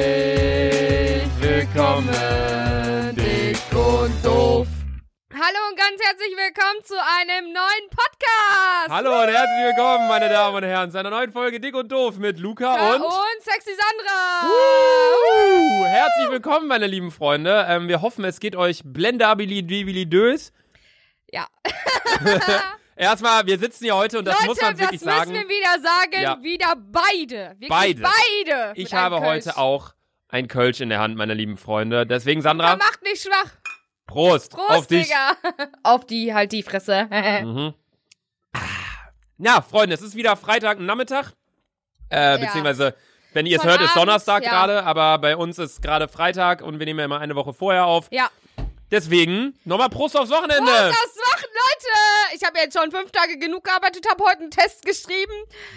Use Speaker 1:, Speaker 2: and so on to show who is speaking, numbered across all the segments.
Speaker 1: Herzlich willkommen, dick und doof.
Speaker 2: Hallo und ganz herzlich willkommen zu einem neuen Podcast.
Speaker 1: Hallo und herzlich willkommen, meine Damen und Herren, zu einer neuen Folge Dick und Doof mit Luca und.
Speaker 2: und Sexy Sandra.
Speaker 1: Wuhu! Herzlich willkommen, meine lieben Freunde. Ähm, wir hoffen, es geht euch blendabilidös.
Speaker 2: Ja,
Speaker 1: Erstmal, wir sitzen hier heute und das
Speaker 2: Leute,
Speaker 1: muss man
Speaker 2: das
Speaker 1: wirklich
Speaker 2: müssen
Speaker 1: sagen.
Speaker 2: wir wieder sagen.
Speaker 1: Ja.
Speaker 2: Wieder beide. Wirklich
Speaker 1: Beide.
Speaker 2: beide mit
Speaker 1: Ich
Speaker 2: einem
Speaker 1: habe
Speaker 2: Kölsch.
Speaker 1: heute auch ein Kölsch in der Hand, meine lieben Freunde. Deswegen, Sandra,
Speaker 2: Ja, macht mich schwach.
Speaker 1: Prost,
Speaker 2: Prost,
Speaker 1: auf dich.
Speaker 2: Digga. Auf die, halt die Fresse.
Speaker 1: Mhm. Ah. Na, Freunde, es ist wieder Freitag Nachmittag. Äh,
Speaker 2: Ja.
Speaker 1: Beziehungsweise, wenn ihr es
Speaker 2: Schon
Speaker 1: hört, ist
Speaker 2: abends,
Speaker 1: Donnerstag
Speaker 2: ja.
Speaker 1: gerade, aber bei uns ist gerade Freitag und wir nehmen ja immer eine Woche vorher auf.
Speaker 2: ja.
Speaker 1: Deswegen, nochmal Prost aufs Wochenende.
Speaker 2: Was das machen, Leute? Ich habe jetzt schon fünf Tage genug gearbeitet, habe heute einen Test geschrieben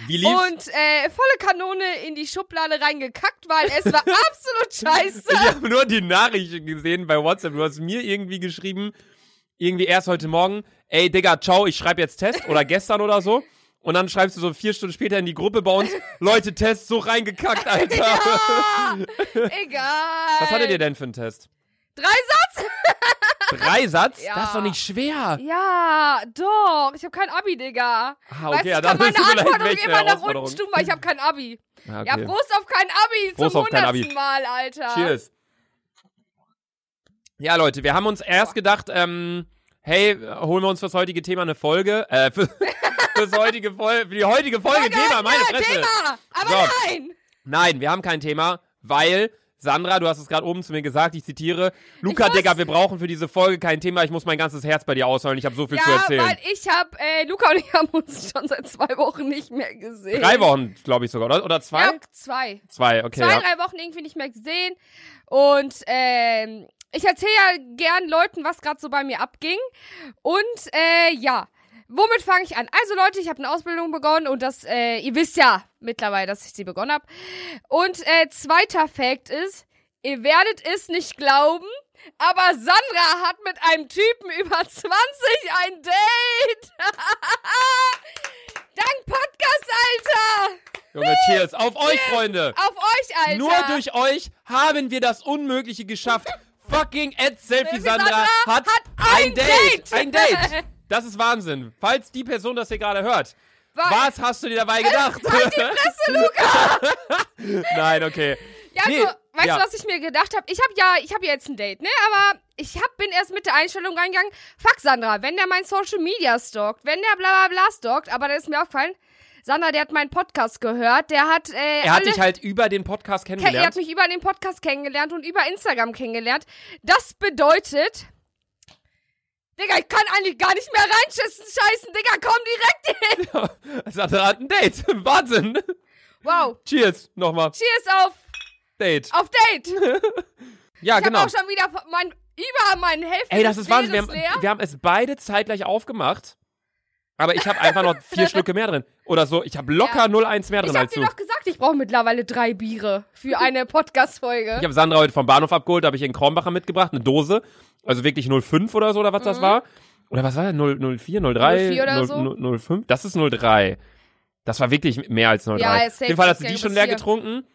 Speaker 1: Wie lief's?
Speaker 2: und äh, volle Kanone in die Schublade reingekackt, weil es war absolut scheiße.
Speaker 1: ich habe nur die Nachrichten gesehen bei WhatsApp. Du hast mir irgendwie geschrieben, irgendwie erst heute Morgen, ey Digga, ciao, ich schreibe jetzt Test oder gestern oder so. Und dann schreibst du so vier Stunden später in die Gruppe bei uns, Leute, Test so reingekackt, Alter.
Speaker 2: Ah, egal.
Speaker 1: Was hattet ihr denn für einen Test?
Speaker 2: Drei Sachen?
Speaker 1: Drei Satz?
Speaker 2: Ja.
Speaker 1: Das ist doch nicht schwer.
Speaker 2: Ja, doch. Ich habe kein Abi, Digga.
Speaker 1: Ah,
Speaker 2: weißt du, ich kann meine
Speaker 1: ist vielleicht
Speaker 2: Anforderungen
Speaker 1: welche
Speaker 2: immer nach
Speaker 1: Herausforderung.
Speaker 2: unten stufen, weil ich habe kein Abi.
Speaker 1: Ja,
Speaker 2: Ja,
Speaker 1: okay.
Speaker 2: Prost auf kein Abi
Speaker 1: Prost
Speaker 2: zum
Speaker 1: auf kein Abi.
Speaker 2: hundertsten Mal, Alter.
Speaker 1: Cheers. Ja, Leute, wir haben uns erst gedacht, ähm, hey, holen wir uns fürs heutige Thema eine Folge. Äh, für, fürs heutige Folge, für die heutige Folge Thema, meine
Speaker 2: Ja,
Speaker 1: Fresse.
Speaker 2: Thema. Aber
Speaker 1: So.
Speaker 2: nein.
Speaker 1: Nein, wir haben kein Thema, weil. Sandra, du hast es gerade oben zu mir gesagt, ich zitiere, Luca,
Speaker 2: muss-
Speaker 1: Digga, wir brauchen für diese Folge kein Thema, ich muss mein ganzes Herz bei dir ausheulen, ich habe so viel zu
Speaker 2: Ja,
Speaker 1: erzählen.
Speaker 2: weil ich habe, äh, Luca und ich haben uns schon seit zwei Wochen nicht mehr gesehen.
Speaker 1: Drei Wochen, glaube ich sogar, oder? Oder zwei?
Speaker 2: Ja, zwei.
Speaker 1: Zwei, okay.
Speaker 2: Zwei,
Speaker 1: ja.
Speaker 2: drei Wochen irgendwie nicht mehr gesehen. Und ähm, ich erzähle ja gern Leuten, was gerade so bei mir abging. Und äh, ja, womit fange ich an? Also Leute, ich habe eine Ausbildung begonnen und das, äh, ihr wisst ja mittlerweile, dass ich sie begonnen habe. Und äh, zweiter Fact ist, ihr werdet es nicht glauben, aber Sandra hat mit einem Typen über 20 ein Date. Dank Podcast, Alter!
Speaker 1: Junge, cheers. Auf euch, Freunde.
Speaker 2: Auf euch, Alter!
Speaker 1: Nur durch euch haben wir das Unmögliche geschafft. Fucking Ed Selfie Sandra,
Speaker 2: Sandra
Speaker 1: hat,
Speaker 2: hat
Speaker 1: ein
Speaker 2: ein
Speaker 1: Date.
Speaker 2: Date.
Speaker 1: Ein Date. Das ist Wahnsinn. Falls die Person das hier gerade hört,
Speaker 2: War-
Speaker 1: was hast du dir dabei gedacht? Halt die Fresse, Luca. Nein, okay.
Speaker 2: Ja,
Speaker 1: Nee,
Speaker 2: also, weißt
Speaker 1: ja.
Speaker 2: du, was ich mir gedacht habe? Ich habe ja, ich habe ja jetzt ein Date, ne? Aber ich hab, bin erst mit der Einstellung reingegangen, fuck Sandra, wenn der mein Social Media stalkt, wenn der bla bla bla stalkt, aber dann ist mir aufgefallen, Sandra, der hat meinen Podcast gehört, der hat, äh,
Speaker 1: Er hat
Speaker 2: alle,
Speaker 1: dich halt über den Podcast
Speaker 2: ke- er hat
Speaker 1: kennengelernt.
Speaker 2: mich über den Podcast kennengelernt und über Instagram kennengelernt. Das bedeutet, Digga, ich kann eigentlich gar nicht mehr reinschissen, scheißen, Digga, komm direkt hin.
Speaker 1: Sandra hat ein Date. Wahnsinn.
Speaker 2: Wow,
Speaker 1: Cheers. Nochmal.
Speaker 2: cheers auf,
Speaker 1: Date.
Speaker 2: auf Date.
Speaker 1: Ja,
Speaker 2: Oh, ich
Speaker 1: genau.
Speaker 2: hab auch schon wieder mein, über meinen Hälfte
Speaker 1: Ey, das
Speaker 2: des
Speaker 1: ist Wahnsinn. Wir
Speaker 2: Bieres
Speaker 1: haben,
Speaker 2: leer.
Speaker 1: wir haben es beide zeitgleich aufgemacht. Aber ich habe einfach noch vier Schlucke mehr drin. Oder so. Ich habe locker
Speaker 2: Ja.
Speaker 1: 0,1 mehr drin
Speaker 2: Ich hab
Speaker 1: als du.
Speaker 2: dir doch gesagt, ich brauche mittlerweile drei Biere für eine Podcast-Folge.
Speaker 1: Ich habe Sandra heute vom Bahnhof abgeholt, da habe ich ihr einen Kronbacher mitgebracht, eine Dose. Also wirklich 05 oder so, oder was das war. Oder was war das? 0- 04, 03,
Speaker 2: 04 Mhm. oder
Speaker 1: 0-
Speaker 2: so?
Speaker 1: 0- 05? Das ist 03. Das war wirklich mehr als 03.
Speaker 2: Ja,
Speaker 1: Auf
Speaker 2: safe,
Speaker 1: jeden Fall hast du
Speaker 2: safe,
Speaker 1: die
Speaker 2: safe,
Speaker 1: schon
Speaker 2: bis
Speaker 1: leer
Speaker 2: hier.
Speaker 1: getrunken.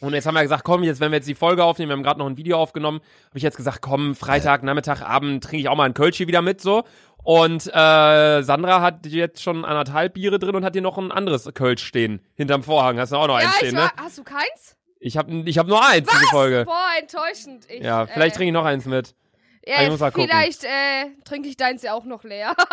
Speaker 1: Und jetzt haben wir gesagt, komm, jetzt, wenn wir jetzt die Folge aufnehmen, wir haben gerade noch ein Video aufgenommen, habe ich jetzt gesagt, komm, Freitag, Nachmittag, Abend trinke ich auch mal ein Kölschi wieder mit, so. Und äh, Sandra hat jetzt schon anderthalb Biere drin und hat dir noch ein anderes Kölsch stehen. Hinterm Vorhang hast du auch noch
Speaker 2: ja,
Speaker 1: eins
Speaker 2: ich
Speaker 1: stehen, ne?
Speaker 2: war, hast du keins?
Speaker 1: Ich habe ich hab nur eins, diese Folge.
Speaker 2: Boah, enttäuschend. Ich,
Speaker 1: Ja, vielleicht
Speaker 2: äh,
Speaker 1: trinke ich noch eins mit.
Speaker 2: ja,
Speaker 1: aber ich muss mal gucken.
Speaker 2: Vielleicht äh, trinke ich deins ja auch noch leer.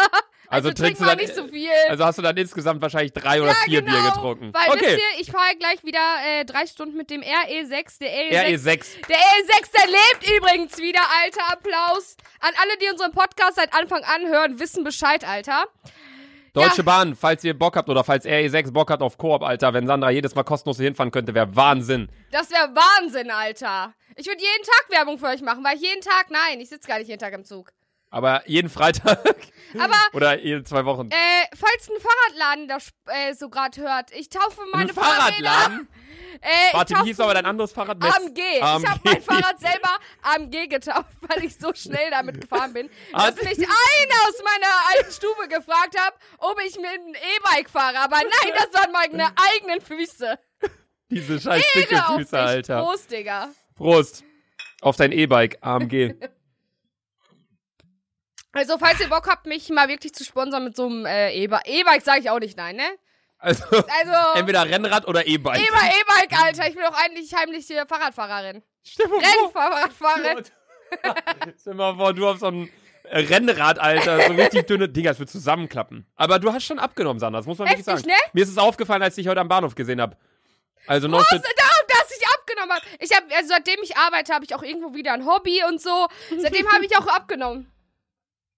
Speaker 1: Also,
Speaker 2: Also trink
Speaker 1: trinkst du
Speaker 2: mal
Speaker 1: dann,
Speaker 2: nicht so viel.
Speaker 1: Also hast du dann insgesamt wahrscheinlich drei oder
Speaker 2: ja,
Speaker 1: vier
Speaker 2: genau,
Speaker 1: Bier getrunken.
Speaker 2: Weil
Speaker 1: okay.
Speaker 2: wisst ihr, ich fahre gleich wieder äh, drei Stunden mit dem RE6, der RE6.
Speaker 1: E RE6.
Speaker 2: Der RE6, der lebt übrigens wieder, Alter. Applaus. An alle, die unseren Podcast seit Anfang an hören, wissen Bescheid, Alter.
Speaker 1: Deutsche Bahn, falls ihr Bock habt oder falls RE6 Bock hat auf Koop, Alter, wenn Sandra jedes Mal kostenlos hier hinfahren könnte, wäre Wahnsinn.
Speaker 2: Das wäre Wahnsinn, Alter. Ich würde jeden Tag Werbung für euch machen, weil ich jeden Tag, nein, ich sitze gar nicht jeden Tag im Zug.
Speaker 1: Aber jeden Freitag
Speaker 2: Aber
Speaker 1: oder jede zwei Wochen.
Speaker 2: äh, falls ein Fahrradladen das äh, so gerade hört, ich taufe meine
Speaker 1: Ein Fahrradladen?
Speaker 2: Fahrräder. Äh,
Speaker 1: Warte,
Speaker 2: ich
Speaker 1: wie
Speaker 2: taufe
Speaker 1: hieß aber dein anderes Fahrrad? West-
Speaker 2: AMG. Ich habe mein Fahrrad selber AMG getauft, weil ich so schnell damit gefahren bin, dass
Speaker 1: Hat-
Speaker 2: mich einer aus meiner alten Stube gefragt hat, ob ich mit einem E-Bike fahre. Aber nein, das waren meine eigenen Füße.
Speaker 1: Diese scheiß dicke
Speaker 2: Digga, auf dich.
Speaker 1: Füße, Alter.
Speaker 2: Prost, Digga.
Speaker 1: Prost. Auf dein E-Bike, AMG.
Speaker 2: Also, falls ihr Bock habt, mich mal wirklich zu sponsern mit so einem äh, E-Bike. E-Bike sage ich auch nicht nein, ne?
Speaker 1: Also,
Speaker 2: Also,
Speaker 1: entweder Rennrad oder E-Bike.
Speaker 2: E-Bike, E-Bike, Alter. Ich bin doch eigentlich heimlich hier Fahrradfahrerin.
Speaker 1: Stell mal vor,
Speaker 2: Rennfahrradfahrerin.
Speaker 1: Stell mal vor, du auf so einem Rennrad, Alter, so richtig dünne Dinger, das wird zusammenklappen. Aber du hast schon abgenommen, Sandra, das muss man wirklich
Speaker 2: Heftig,
Speaker 1: sagen.
Speaker 2: ne?
Speaker 1: Mir ist es aufgefallen, als ich dich heute am Bahnhof gesehen habe. Also noch
Speaker 2: Außer darum, dass ich abgenommen habe. Ich habe, also seitdem ich arbeite, habe ich auch irgendwo wieder ein Hobby und so. Seitdem habe ich auch abgenommen.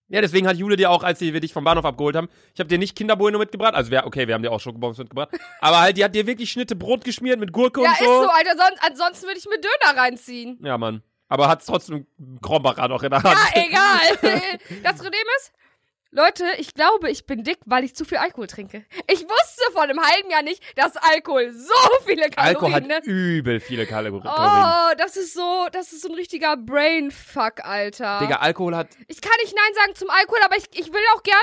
Speaker 1: Ja, deswegen hat Jule dir auch, als wir dich vom Bahnhof abgeholt haben, ich habe dir nicht Kinderbueno mitgebracht, also wer, okay, wir haben dir auch Schokobons mitgebracht, aber halt, die hat dir wirklich Schnitte Brot geschmiert mit Gurke
Speaker 2: Ja,
Speaker 1: und
Speaker 2: ist
Speaker 1: so.
Speaker 2: so, Alter. Sonst, ansonsten würde ich mir Döner reinziehen.
Speaker 1: Ja, Mann. Aber hat's trotzdem Krombacher noch in der Hand.
Speaker 2: Ah, egal. Das Problem ist, Leute, ich glaube, ich bin dick, weil ich zu viel Alkohol trinke. Ich wusste vor einem halben Jahr nicht, dass Alkohol so viele
Speaker 1: Alkohol
Speaker 2: Kalorien,
Speaker 1: hat
Speaker 2: ne?
Speaker 1: übel viele Kalorien.
Speaker 2: Oh, das ist so, das ist so ein richtiger Brainfuck, Alter.
Speaker 1: Digga, Alkohol hat
Speaker 2: Ich kann nicht Nein sagen zum Alkohol, aber ich, ich will auch gern.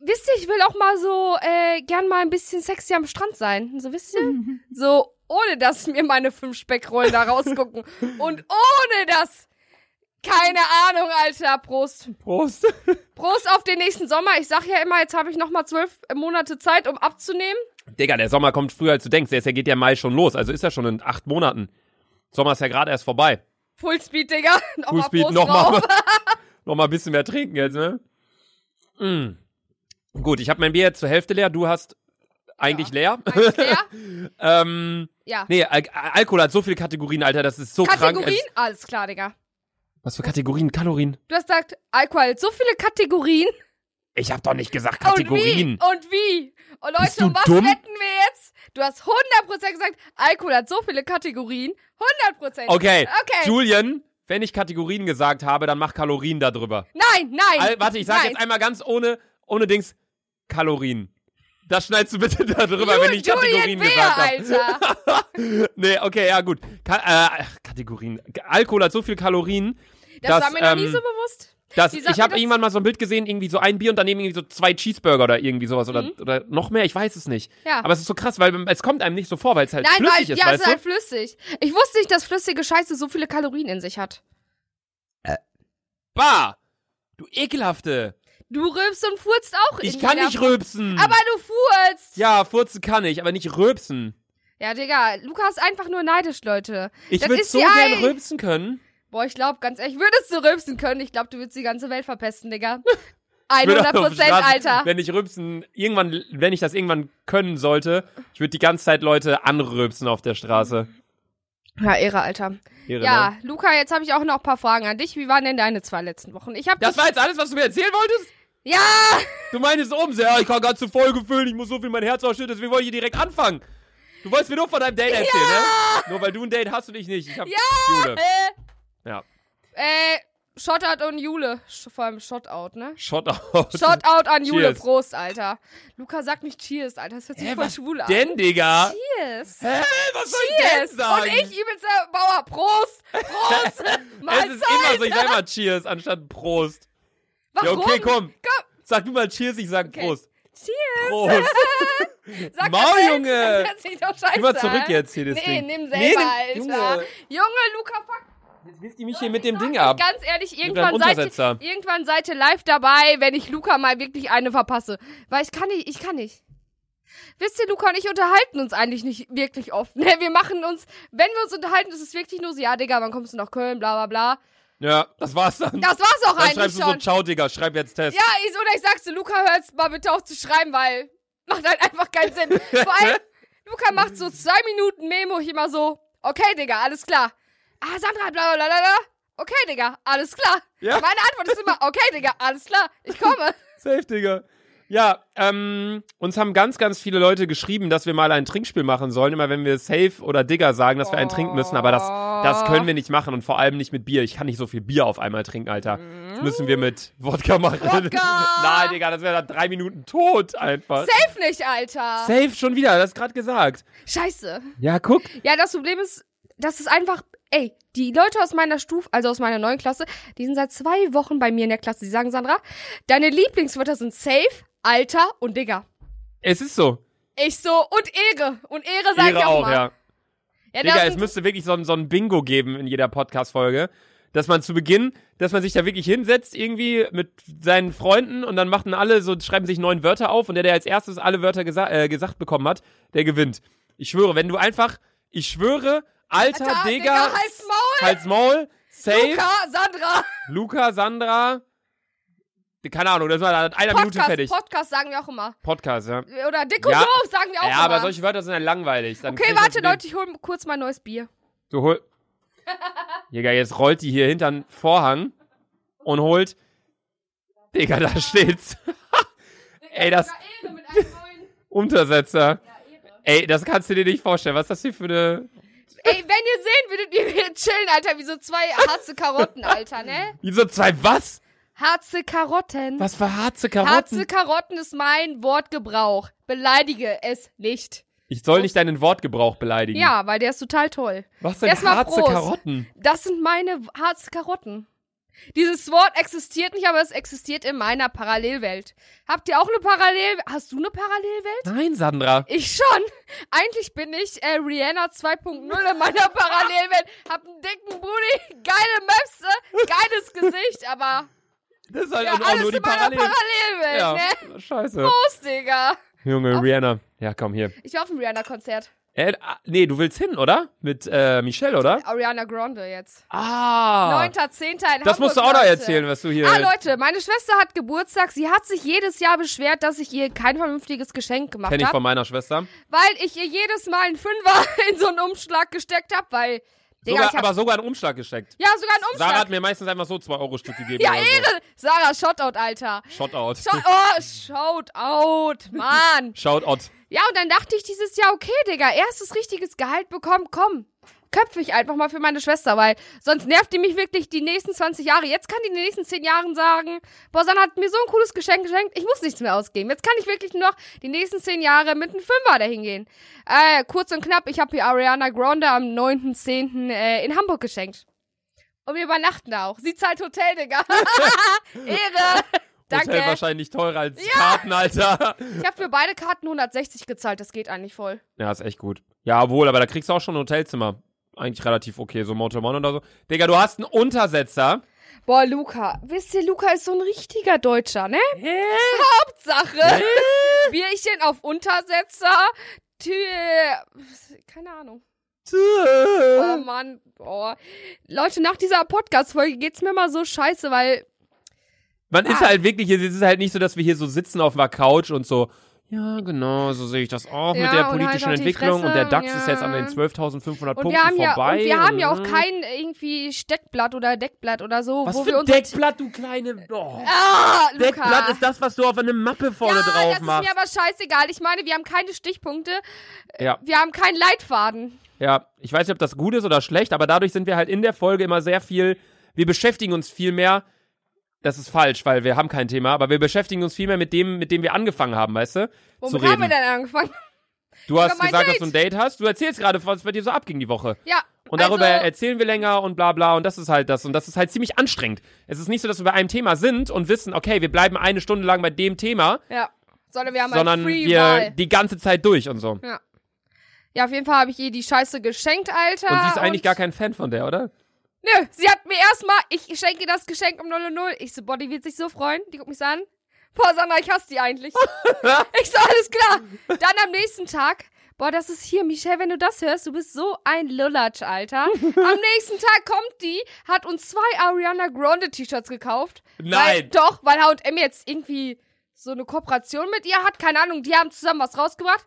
Speaker 2: Wisst ihr, ich will auch mal so äh, gern mal ein bisschen sexy am Strand sein. So, wisst ihr? So, ohne dass mir meine fünf Speckrollen da rausgucken. Und ohne dass. Keine Ahnung, Alter. Prost.
Speaker 1: Prost.
Speaker 2: Prost auf den nächsten Sommer. Ich sag ja immer, jetzt habe ich nochmal zwölf Monate Zeit, um abzunehmen.
Speaker 1: Digga, der Sommer kommt früher als du denkst. Der ist ja- geht ja im Mai schon los. Also ist ja schon in acht Monaten. Sommer ist ja gerade erst vorbei.
Speaker 2: Fullspeed, Digga. Nochmal
Speaker 1: Fußbeat,
Speaker 2: Prost
Speaker 1: nochmal
Speaker 2: drauf.
Speaker 1: noch mal ein bisschen mehr trinken jetzt, ne? Mm. Gut, ich habe mein Bier jetzt zur Hälfte leer. Du hast eigentlich leer.
Speaker 2: Eigentlich leer?
Speaker 1: ähm,
Speaker 2: Ja.
Speaker 1: nee, Al Al- Alkohol hat so viele Kategorien, Alter. Das ist so krank.
Speaker 2: Kategorien?
Speaker 1: Es-
Speaker 2: Alles klar, Digga.
Speaker 1: Was für Kategorien? Kalorien?
Speaker 2: Du hast gesagt, Alkohol, hat so viele Kategorien.
Speaker 1: Ich habe doch nicht gesagt
Speaker 2: Und
Speaker 1: Kategorien.
Speaker 2: wie? Und wie? Und
Speaker 1: Bist
Speaker 2: Leute,
Speaker 1: du
Speaker 2: um was
Speaker 1: dumm?
Speaker 2: wetten wir jetzt? Du hast 100% gesagt, Alkohol hat so viele Kategorien. 100%.
Speaker 1: Okay.
Speaker 2: Okay.
Speaker 1: Julian, wenn ich Kategorien gesagt habe, dann mach Kalorien darüber.
Speaker 2: nein, nein.
Speaker 1: Al warte, ich sage
Speaker 2: nein.
Speaker 1: jetzt einmal ganz ohne, ohne Dings Kalorien. Das schneidest du bitte darüber, wenn ich Kategorien
Speaker 2: Julian
Speaker 1: gesagt habe.
Speaker 2: Bär, halt. Alter.
Speaker 1: Nee, okay, ja gut. Ka äh, ach, Kategorien. Alkohol hat so viel Kalorien.
Speaker 2: Das,
Speaker 1: dass,
Speaker 2: war mir noch nie
Speaker 1: ähm,
Speaker 2: so bewusst.
Speaker 1: dass,
Speaker 2: Die sagt
Speaker 1: ich
Speaker 2: mir
Speaker 1: habe
Speaker 2: das-
Speaker 1: irgendwann mal so ein Bild gesehen, irgendwie so ein Bier und daneben irgendwie so zwei Cheeseburger oder irgendwie sowas
Speaker 2: Mhm.
Speaker 1: oder, oder noch mehr, ich weiß es nicht.
Speaker 2: Ja.
Speaker 1: Aber es ist so krass, weil es kommt einem nicht so vor, weil es halt
Speaker 2: Ah. Nein,
Speaker 1: flüssig
Speaker 2: weil,
Speaker 1: ist,
Speaker 2: ja, es
Speaker 1: weißt
Speaker 2: ist
Speaker 1: du?
Speaker 2: halt flüssig. Ich wusste nicht, dass flüssige Scheiße so viele Kalorien in sich hat.
Speaker 1: bah! Du ekelhafte!
Speaker 2: Du rülpst und furzt auch.
Speaker 1: Ich
Speaker 2: in
Speaker 1: kann
Speaker 2: jeder-
Speaker 1: nicht rülpsen!
Speaker 2: Aber du furzt.
Speaker 1: ja, furzen kann ich, aber nicht rülpsen.
Speaker 2: Ja, Digga, Luca ist einfach nur neidisch, Leute.
Speaker 1: Ich
Speaker 2: Das
Speaker 1: würde
Speaker 2: ist
Speaker 1: so
Speaker 2: die
Speaker 1: gern
Speaker 2: Ei-
Speaker 1: rülpsen können.
Speaker 2: Boah, ich glaube, ganz ehrlich, würdest du rülpsen können, ich glaube, du würdest die ganze Welt verpesten, Digga.
Speaker 1: Ich würd auf
Speaker 2: 100
Speaker 1: der
Speaker 2: Prozent,
Speaker 1: Straße,
Speaker 2: Alter.
Speaker 1: Wenn ich rülpsen, irgendwann, wenn ich das irgendwann können sollte, ich würde die ganze Zeit Leute anrülpsen auf der Straße.
Speaker 2: Ja, Ehre, Alter.
Speaker 1: Irre, ne?
Speaker 2: Ja, Luca, jetzt habe ich auch noch ein paar Fragen an dich. Wie waren denn deine zwei letzten Wochen? Ich habe
Speaker 1: Das war jetzt alles, was du mir erzählen wolltest?
Speaker 2: Ja,
Speaker 1: Du meinst oben so, ja, ich kann ganz zu voll gefüllt, ich muss so viel mein Herz ausschütten, deswegen wollte ich hier direkt anfangen. Du wolltest mir nur von deinem Date erzählen, ne? Nur weil du ein Date hast und ich nicht. Ich hab ja. Jule. Ja.
Speaker 2: äh, Shotout und Jule. Sch- Vor allem Shotout, ne?
Speaker 1: Shot out.
Speaker 2: Shotout an Jule,
Speaker 1: Cheers.
Speaker 2: Prost, Alter. Luca sagt nicht Cheers, Alter. Das hört sich
Speaker 1: Hä,
Speaker 2: voll
Speaker 1: was
Speaker 2: schwul an.
Speaker 1: denn, Digga?
Speaker 2: Cheers.
Speaker 1: Hä, was soll ich
Speaker 2: Cheers.
Speaker 1: denn sagen?
Speaker 2: Und ich übelster Bauer. Prost. Prost.
Speaker 1: es
Speaker 2: Mahlzeit.
Speaker 1: ist immer so, ich sag mal Cheers anstatt Prost.
Speaker 2: Warum?
Speaker 1: Ja, okay, komm.
Speaker 2: Komm.
Speaker 1: Sag du mal Cheers, ich sag
Speaker 2: Okay.
Speaker 1: Prost.
Speaker 2: Cheers.
Speaker 1: Prost.
Speaker 2: Sag
Speaker 1: Maul,
Speaker 2: das selbst,
Speaker 1: Junge.
Speaker 2: Das hört sich doch scheiße
Speaker 1: Geh mal zurück
Speaker 2: an.
Speaker 1: jetzt hier, das
Speaker 2: Nee,
Speaker 1: Ding.
Speaker 2: nimm selber,
Speaker 1: Nee, nimm-
Speaker 2: Alter.
Speaker 1: Junge,
Speaker 2: Junge, Luca, fuck.
Speaker 1: jetzt wisst ihr mich hier mit dem
Speaker 2: Ich
Speaker 1: Ding
Speaker 2: sag euch
Speaker 1: ab.
Speaker 2: Ganz ehrlich,
Speaker 1: deinem
Speaker 2: irgendwann seid,
Speaker 1: Untersetzer.
Speaker 2: ihr, irgendwann seid ihr live dabei, wenn ich Luca mal wirklich eine verpasse. Weil ich kann nicht, ich kann nicht. Wisst ihr, Luca und ich unterhalten uns eigentlich nicht wirklich oft. Ne? Wir machen uns, wenn wir uns unterhalten, ist es wirklich nur so, ja, Digga, wann kommst du nach Köln, bla, bla, bla.
Speaker 1: Ja, das war's dann.
Speaker 2: Das war's auch
Speaker 1: dann
Speaker 2: eigentlich
Speaker 1: schreibst du so,
Speaker 2: schon.
Speaker 1: ciao, Digga, schreib jetzt Test.
Speaker 2: ja, ich, oder ich sag's dir, Luca, hört's mal bitte auf zu schreiben, weil macht halt einfach keinen Sinn. Vor allem, Luca macht so zwei Minuten Memo, ich immer so, okay, Digga, alles klar. Ah, Sandra, bla, bla, bla, bla. Okay, Digga, alles klar.
Speaker 1: Ja.
Speaker 2: Meine Antwort ist immer, okay, Digga, alles klar, ich komme.
Speaker 1: Safe, Digga. Ja, ähm, uns haben ganz, ganz viele Leute geschrieben, dass wir mal ein Trinkspiel machen sollen. Immer wenn wir Safe oder Digger sagen, dass wir einen trinken müssen. Aber das, das können wir nicht machen und vor allem nicht mit Bier. Ich kann nicht so viel Bier auf einmal trinken, Alter. Das müssen wir mit Wodka machen.
Speaker 2: Wodka!
Speaker 1: Nein, Digga, das wäre dann drei Minuten tot einfach.
Speaker 2: Safe nicht, Alter.
Speaker 1: Safe schon wieder, das gerade gesagt.
Speaker 2: Scheiße.
Speaker 1: Ja, guck.
Speaker 2: Ja, das Problem ist, das ist einfach, ey, die Leute aus meiner Stufe, also aus meiner neuen Klasse, die sind seit zwei Wochen bei mir in der Klasse. Die sagen, Sandra, deine Lieblingswörter sind safe, Alter und Digga.
Speaker 1: Es ist so.
Speaker 2: Ich so, und Ehre. Und Ehre sag ich
Speaker 1: Ihre
Speaker 2: auch,
Speaker 1: auch,
Speaker 2: mal.
Speaker 1: ja.
Speaker 2: Ja,
Speaker 1: Digga,
Speaker 2: das
Speaker 1: es
Speaker 2: sind-
Speaker 1: müsste wirklich so ein, so ein Bingo geben in jeder Podcast-Folge. Dass man zu Beginn, dass man sich da wirklich hinsetzt, irgendwie mit seinen Freunden und dann machen alle so, schreiben sich neun Wörter auf und der, der als erstes alle Wörter gesa äh, gesagt bekommen hat, der gewinnt. Ich schwöre, wenn du einfach, ich schwöre, Alter,
Speaker 2: Alter,
Speaker 1: Digga,
Speaker 2: Digga, halt's Maul,
Speaker 1: halt's Maul, safe, Luca,
Speaker 2: Luca, Sandra.
Speaker 1: Sandra, keine Ahnung, das war dann in einer Minute fertig.
Speaker 2: Podcast, Podcast sagen wir auch immer.
Speaker 1: Podcast, ja.
Speaker 2: Oder dick und
Speaker 1: Ja.
Speaker 2: doof sagen wir auch
Speaker 1: Ja, aber
Speaker 2: immer.
Speaker 1: solche Wörter sind dann langweilig. Dann
Speaker 2: okay,
Speaker 1: kriegt man
Speaker 2: warte,
Speaker 1: den-
Speaker 2: Leute, ich hole kurz mein neues Bier.
Speaker 1: Du hol. Digga, jetzt rollt die hier hintern Vorhang und holt. Digga, da steht's. Ey, das- Untersetzer. Ey, das kannst du dir nicht vorstellen. Was ist das hier für eine.
Speaker 2: Ey, wenn ihr sehen würdet, wie wir chillen, Alter, wie so zwei harze Karotten, Alter, ne?
Speaker 1: Wie so zwei was?
Speaker 2: Harze Karotten.
Speaker 1: Was für harze
Speaker 2: Harze
Speaker 1: Karotten?
Speaker 2: Karotten ist mein Wortgebrauch. Beleidige es nicht.
Speaker 1: Ich soll nicht deinen Wortgebrauch beleidigen.
Speaker 2: Ja, weil der ist total toll.
Speaker 1: Was denn
Speaker 2: Erstmal
Speaker 1: harze
Speaker 2: Prost.
Speaker 1: Karotten?
Speaker 2: Das sind meine Harze Karotten. Dieses Wort existiert nicht, aber es existiert in meiner Parallelwelt. Habt ihr auch eine Parallel? Hast du eine Parallelwelt?
Speaker 1: Nein, Sandra.
Speaker 2: Ich schon. Eigentlich bin ich äh, Rihanna 2.0 in meiner Parallelwelt. Hab einen dicken Booty, geile Möpse, geiles Gesicht, aber
Speaker 1: Das ist halt
Speaker 2: ja,
Speaker 1: auch nur
Speaker 2: alles
Speaker 1: die
Speaker 2: in meiner
Speaker 1: Parallelen.
Speaker 2: Parallelwelt, ne?
Speaker 1: ja. Scheiße.
Speaker 2: Los, Digga.
Speaker 1: Junge, Rihanna. Ja, komm hier.
Speaker 2: Ich war auf dem Rihanna-Konzert.
Speaker 1: Äh, ah, nee, du willst hin, oder? Mit äh, Michelle, oder?
Speaker 2: Ariana Grande jetzt.
Speaker 1: Ah.
Speaker 2: 9.10. in Hamburg.
Speaker 1: Das musst du auch noch
Speaker 2: Leute.
Speaker 1: erzählen, was du hier.
Speaker 2: Ah, Leute, meine Schwester hat Geburtstag. Sie hat sich jedes Jahr beschwert, dass ich ihr kein vernünftiges Geschenk gemacht
Speaker 1: Kenn ich
Speaker 2: habe,
Speaker 1: von meiner Schwester.
Speaker 2: weil ich ihr jedes Mal einen Fünfer in so einen Umschlag gesteckt habe, weil, Digga,
Speaker 1: sogar,
Speaker 2: ich hab,
Speaker 1: aber sogar einen Umschlag gesteckt.
Speaker 2: ja, sogar einen Umschlag.
Speaker 1: Sarah hat mir meistens einfach so 2 Euro Stück gegeben.
Speaker 2: Ja,
Speaker 1: oder
Speaker 2: Ehre! Sarah, Shoutout, Alter.
Speaker 1: So. Shoutout.
Speaker 2: Shou- oh, Shoutout, Mann.
Speaker 1: Shoutout.
Speaker 2: Ja, und dann dachte ich dieses Jahr, okay, Digga, erstes richtiges Gehalt bekommen, komm. Köpfe ich einfach mal für meine Schwester, weil sonst nervt die mich wirklich die nächsten 20 Jahre. Jetzt kann die in den nächsten 10 Jahren sagen, boah, Sanna hat mir so ein cooles Geschenk geschenkt, ich muss nichts mehr ausgeben. Jetzt kann ich wirklich nur noch die nächsten 10 Jahre mit einem Fünfer dahin gehen. Äh, kurz und knapp, ich habe hier Ariana Grande am 9.10. Äh, in Hamburg geschenkt. Und wir übernachten da auch. Sie zahlt Hotel, Digga. Ehre.
Speaker 1: Hotel
Speaker 2: Danke.
Speaker 1: wahrscheinlich teurer als Karten, Alter.
Speaker 2: Ich habe für beide Karten 160 gezahlt, das geht eigentlich voll.
Speaker 1: Ja, ist echt gut. Ja, wohl, aber da kriegst du auch schon ein Hotelzimmer. Eigentlich relativ okay, so Motel One oder so. Digga, du hast einen Untersetzer.
Speaker 2: Boah, Luca. Wisst ihr, Luca ist so ein richtiger Deutscher, ne? Hauptsache. Bierchen auf Untersetzer. Tü Keine Ahnung. Oh Mann. Boah. Leute, nach dieser Podcast-Folge geht's mir mal so scheiße, weil.
Speaker 1: Man ist
Speaker 2: Ah.
Speaker 1: halt wirklich hier, es ist halt nicht so, dass wir hier so sitzen auf einer Couch und so, ja, genau, so sehe ich das auch
Speaker 2: Ja,
Speaker 1: mit der
Speaker 2: und
Speaker 1: politischen
Speaker 2: halt auf die
Speaker 1: Entwicklung und der
Speaker 2: Fresse,
Speaker 1: DAX ist jetzt an den
Speaker 2: ja.
Speaker 1: 12.500
Speaker 2: Und
Speaker 1: Punkten
Speaker 2: wir, haben ja,
Speaker 1: vorbei.
Speaker 2: und wir haben ja auch
Speaker 1: Mhm.
Speaker 2: kein irgendwie Steckblatt oder Deckblatt oder so,
Speaker 1: Was
Speaker 2: wo
Speaker 1: für
Speaker 2: wir
Speaker 1: ein
Speaker 2: uns.
Speaker 1: Deckblatt, du kleine. Oh.
Speaker 2: ah, Luca.
Speaker 1: Deckblatt ist das, was du auf eine Mappe vorne
Speaker 2: ja,
Speaker 1: drauf
Speaker 2: das ist
Speaker 1: machst.
Speaker 2: mir aber scheißegal. Ich meine, wir haben keine Stichpunkte,
Speaker 1: Ja,
Speaker 2: wir haben keinen Leitfaden.
Speaker 1: ja. Ich weiß nicht, ob das gut ist oder schlecht, aber dadurch sind wir halt in der Folge immer sehr viel. Wir beschäftigen uns viel mehr. Das ist falsch, weil wir haben kein Thema, aber wir beschäftigen uns viel mehr mit dem, mit dem wir angefangen haben, weißt du?
Speaker 2: Womit
Speaker 1: zu reden.
Speaker 2: haben wir denn angefangen?
Speaker 1: du hast
Speaker 2: über mein
Speaker 1: gesagt, dass
Speaker 2: Date?
Speaker 1: du ein Date hast. Du erzählst gerade, was bei dir so abging die Woche.
Speaker 2: Ja.
Speaker 1: Und darüber
Speaker 2: also,
Speaker 1: erzählen wir länger und bla bla und das ist halt das und das ist halt ziemlich anstrengend. Es ist nicht so, dass wir bei einem Thema sind und wissen, okay, wir bleiben eine Stunde lang bei dem Thema,
Speaker 2: Ja. Sondern wir haben
Speaker 1: sondern
Speaker 2: halt Free
Speaker 1: wir
Speaker 2: Wahl.
Speaker 1: die ganze Zeit durch und so. Und
Speaker 2: Ja, auf jeden Fall habe ich ihr die Scheiße geschenkt, Alter.
Speaker 1: sie ist eigentlich gar kein Fan von der, oder?
Speaker 2: Nö, sie hat mir erstmal, ich schenke ihr das Geschenk um 0 und 0. Ich so, boah, die wird sich so freuen. Die guckt mich so an. Boah, Sandra, ich hasse die eigentlich. ich so, alles klar. Dann am nächsten Tag. Boah, das ist hier, Michelle, wenn du das hörst, du bist so ein Lullatsch, Alter. Am nächsten Tag kommt die, hat uns zwei Ariana Grande T-Shirts gekauft. Weil,
Speaker 1: Nein.
Speaker 2: doch, weil H&M jetzt irgendwie so eine Kooperation mit ihr hat. Keine Ahnung, die haben zusammen was rausgebracht.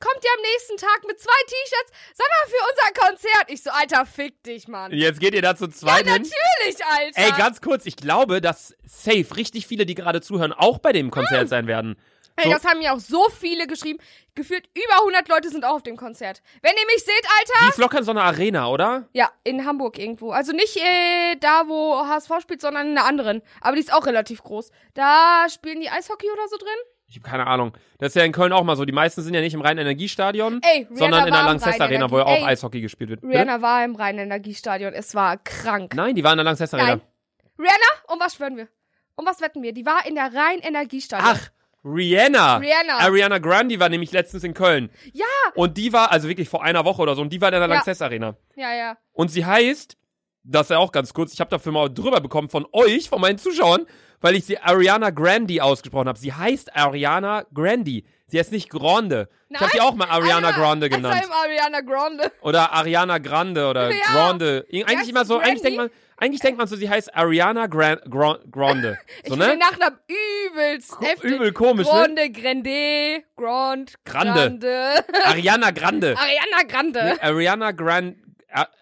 Speaker 2: Kommt die am nächsten Tag mit zwei T-Shirts, Sandra, für unser Konzert. Ich so, Alter, fick dich, Mann.
Speaker 1: Jetzt geht ihr dazu zwei
Speaker 2: Ja, natürlich, Alter.
Speaker 1: Ey, ganz kurz, ich glaube, dass safe richtig viele, die gerade zuhören, auch bei dem Konzert sein werden.
Speaker 2: Ey,
Speaker 1: so-
Speaker 2: das haben mir auch so viele geschrieben. Gefühlt über 100 Leute sind auch auf dem Konzert. Wenn ihr mich seht, Alter.
Speaker 1: Die ist locker in so einer Arena, oder?
Speaker 2: Ja, in Hamburg irgendwo. Also nicht äh, da, wo HSV spielt, sondern in einer anderen. Aber die ist auch relativ groß. Da spielen die Eishockey oder so drin.
Speaker 1: Ich habe keine Ahnung. Das ist ja in Köln auch mal so. Die meisten sind ja nicht im Rhein-Energiestadion,
Speaker 2: Ey, Rihanna
Speaker 1: sondern in
Speaker 2: war
Speaker 1: der
Speaker 2: am
Speaker 1: Lanxess Arena, wo ja auch
Speaker 2: Rhein-Energie- Ey,
Speaker 1: Eishockey gespielt wird. Bitte?
Speaker 2: Rihanna war im Rhein-Energiestadion. Es war krank.
Speaker 1: Nein, die waren in der Lanxess Arena.
Speaker 2: Nein. Rihanna, um was schwören wir? Um was wetten wir? Die war in der
Speaker 1: Ach,
Speaker 2: Rhein-Energiestadion.
Speaker 1: Rihanna.
Speaker 2: Rihanna.
Speaker 1: Ariana Grande war nämlich letztens in Köln.
Speaker 2: Ja.
Speaker 1: Und die war, also wirklich vor einer Woche oder so, und die war in der
Speaker 2: Ja.
Speaker 1: Lanxess Arena.
Speaker 2: Ja, ja.
Speaker 1: Und sie heißt, das ist ja auch ganz kurz, ich habe dafür mal drüber bekommen von euch, von meinen Zuschauern, weil ich sie Ariana Grande ausgesprochen habe. Sie heißt Ariana Grande. Sie heißt nicht Grande. Ich habe
Speaker 2: Nein,
Speaker 1: die auch mal Ariana Grande genannt.
Speaker 2: Also Ariana Grande.
Speaker 1: Oder Ariana Grande oder
Speaker 2: Ja.
Speaker 1: Grande. Ir- Eigentlich
Speaker 2: Ja,
Speaker 1: immer so, eigentlich denkt
Speaker 2: Brandy.
Speaker 1: man, eigentlich denkt man so, sie heißt Ariana Gran Gran Grande. So,
Speaker 2: ich
Speaker 1: ne?
Speaker 2: finde den Nachnamen übelst
Speaker 1: Ko-
Speaker 2: heftig.
Speaker 1: Übel komisch, ne?
Speaker 2: Grande, Grande, Grand,
Speaker 1: Grande.
Speaker 2: Grande.
Speaker 1: Ariana Grande.
Speaker 2: Ariana Grande.
Speaker 1: Ariana Grande.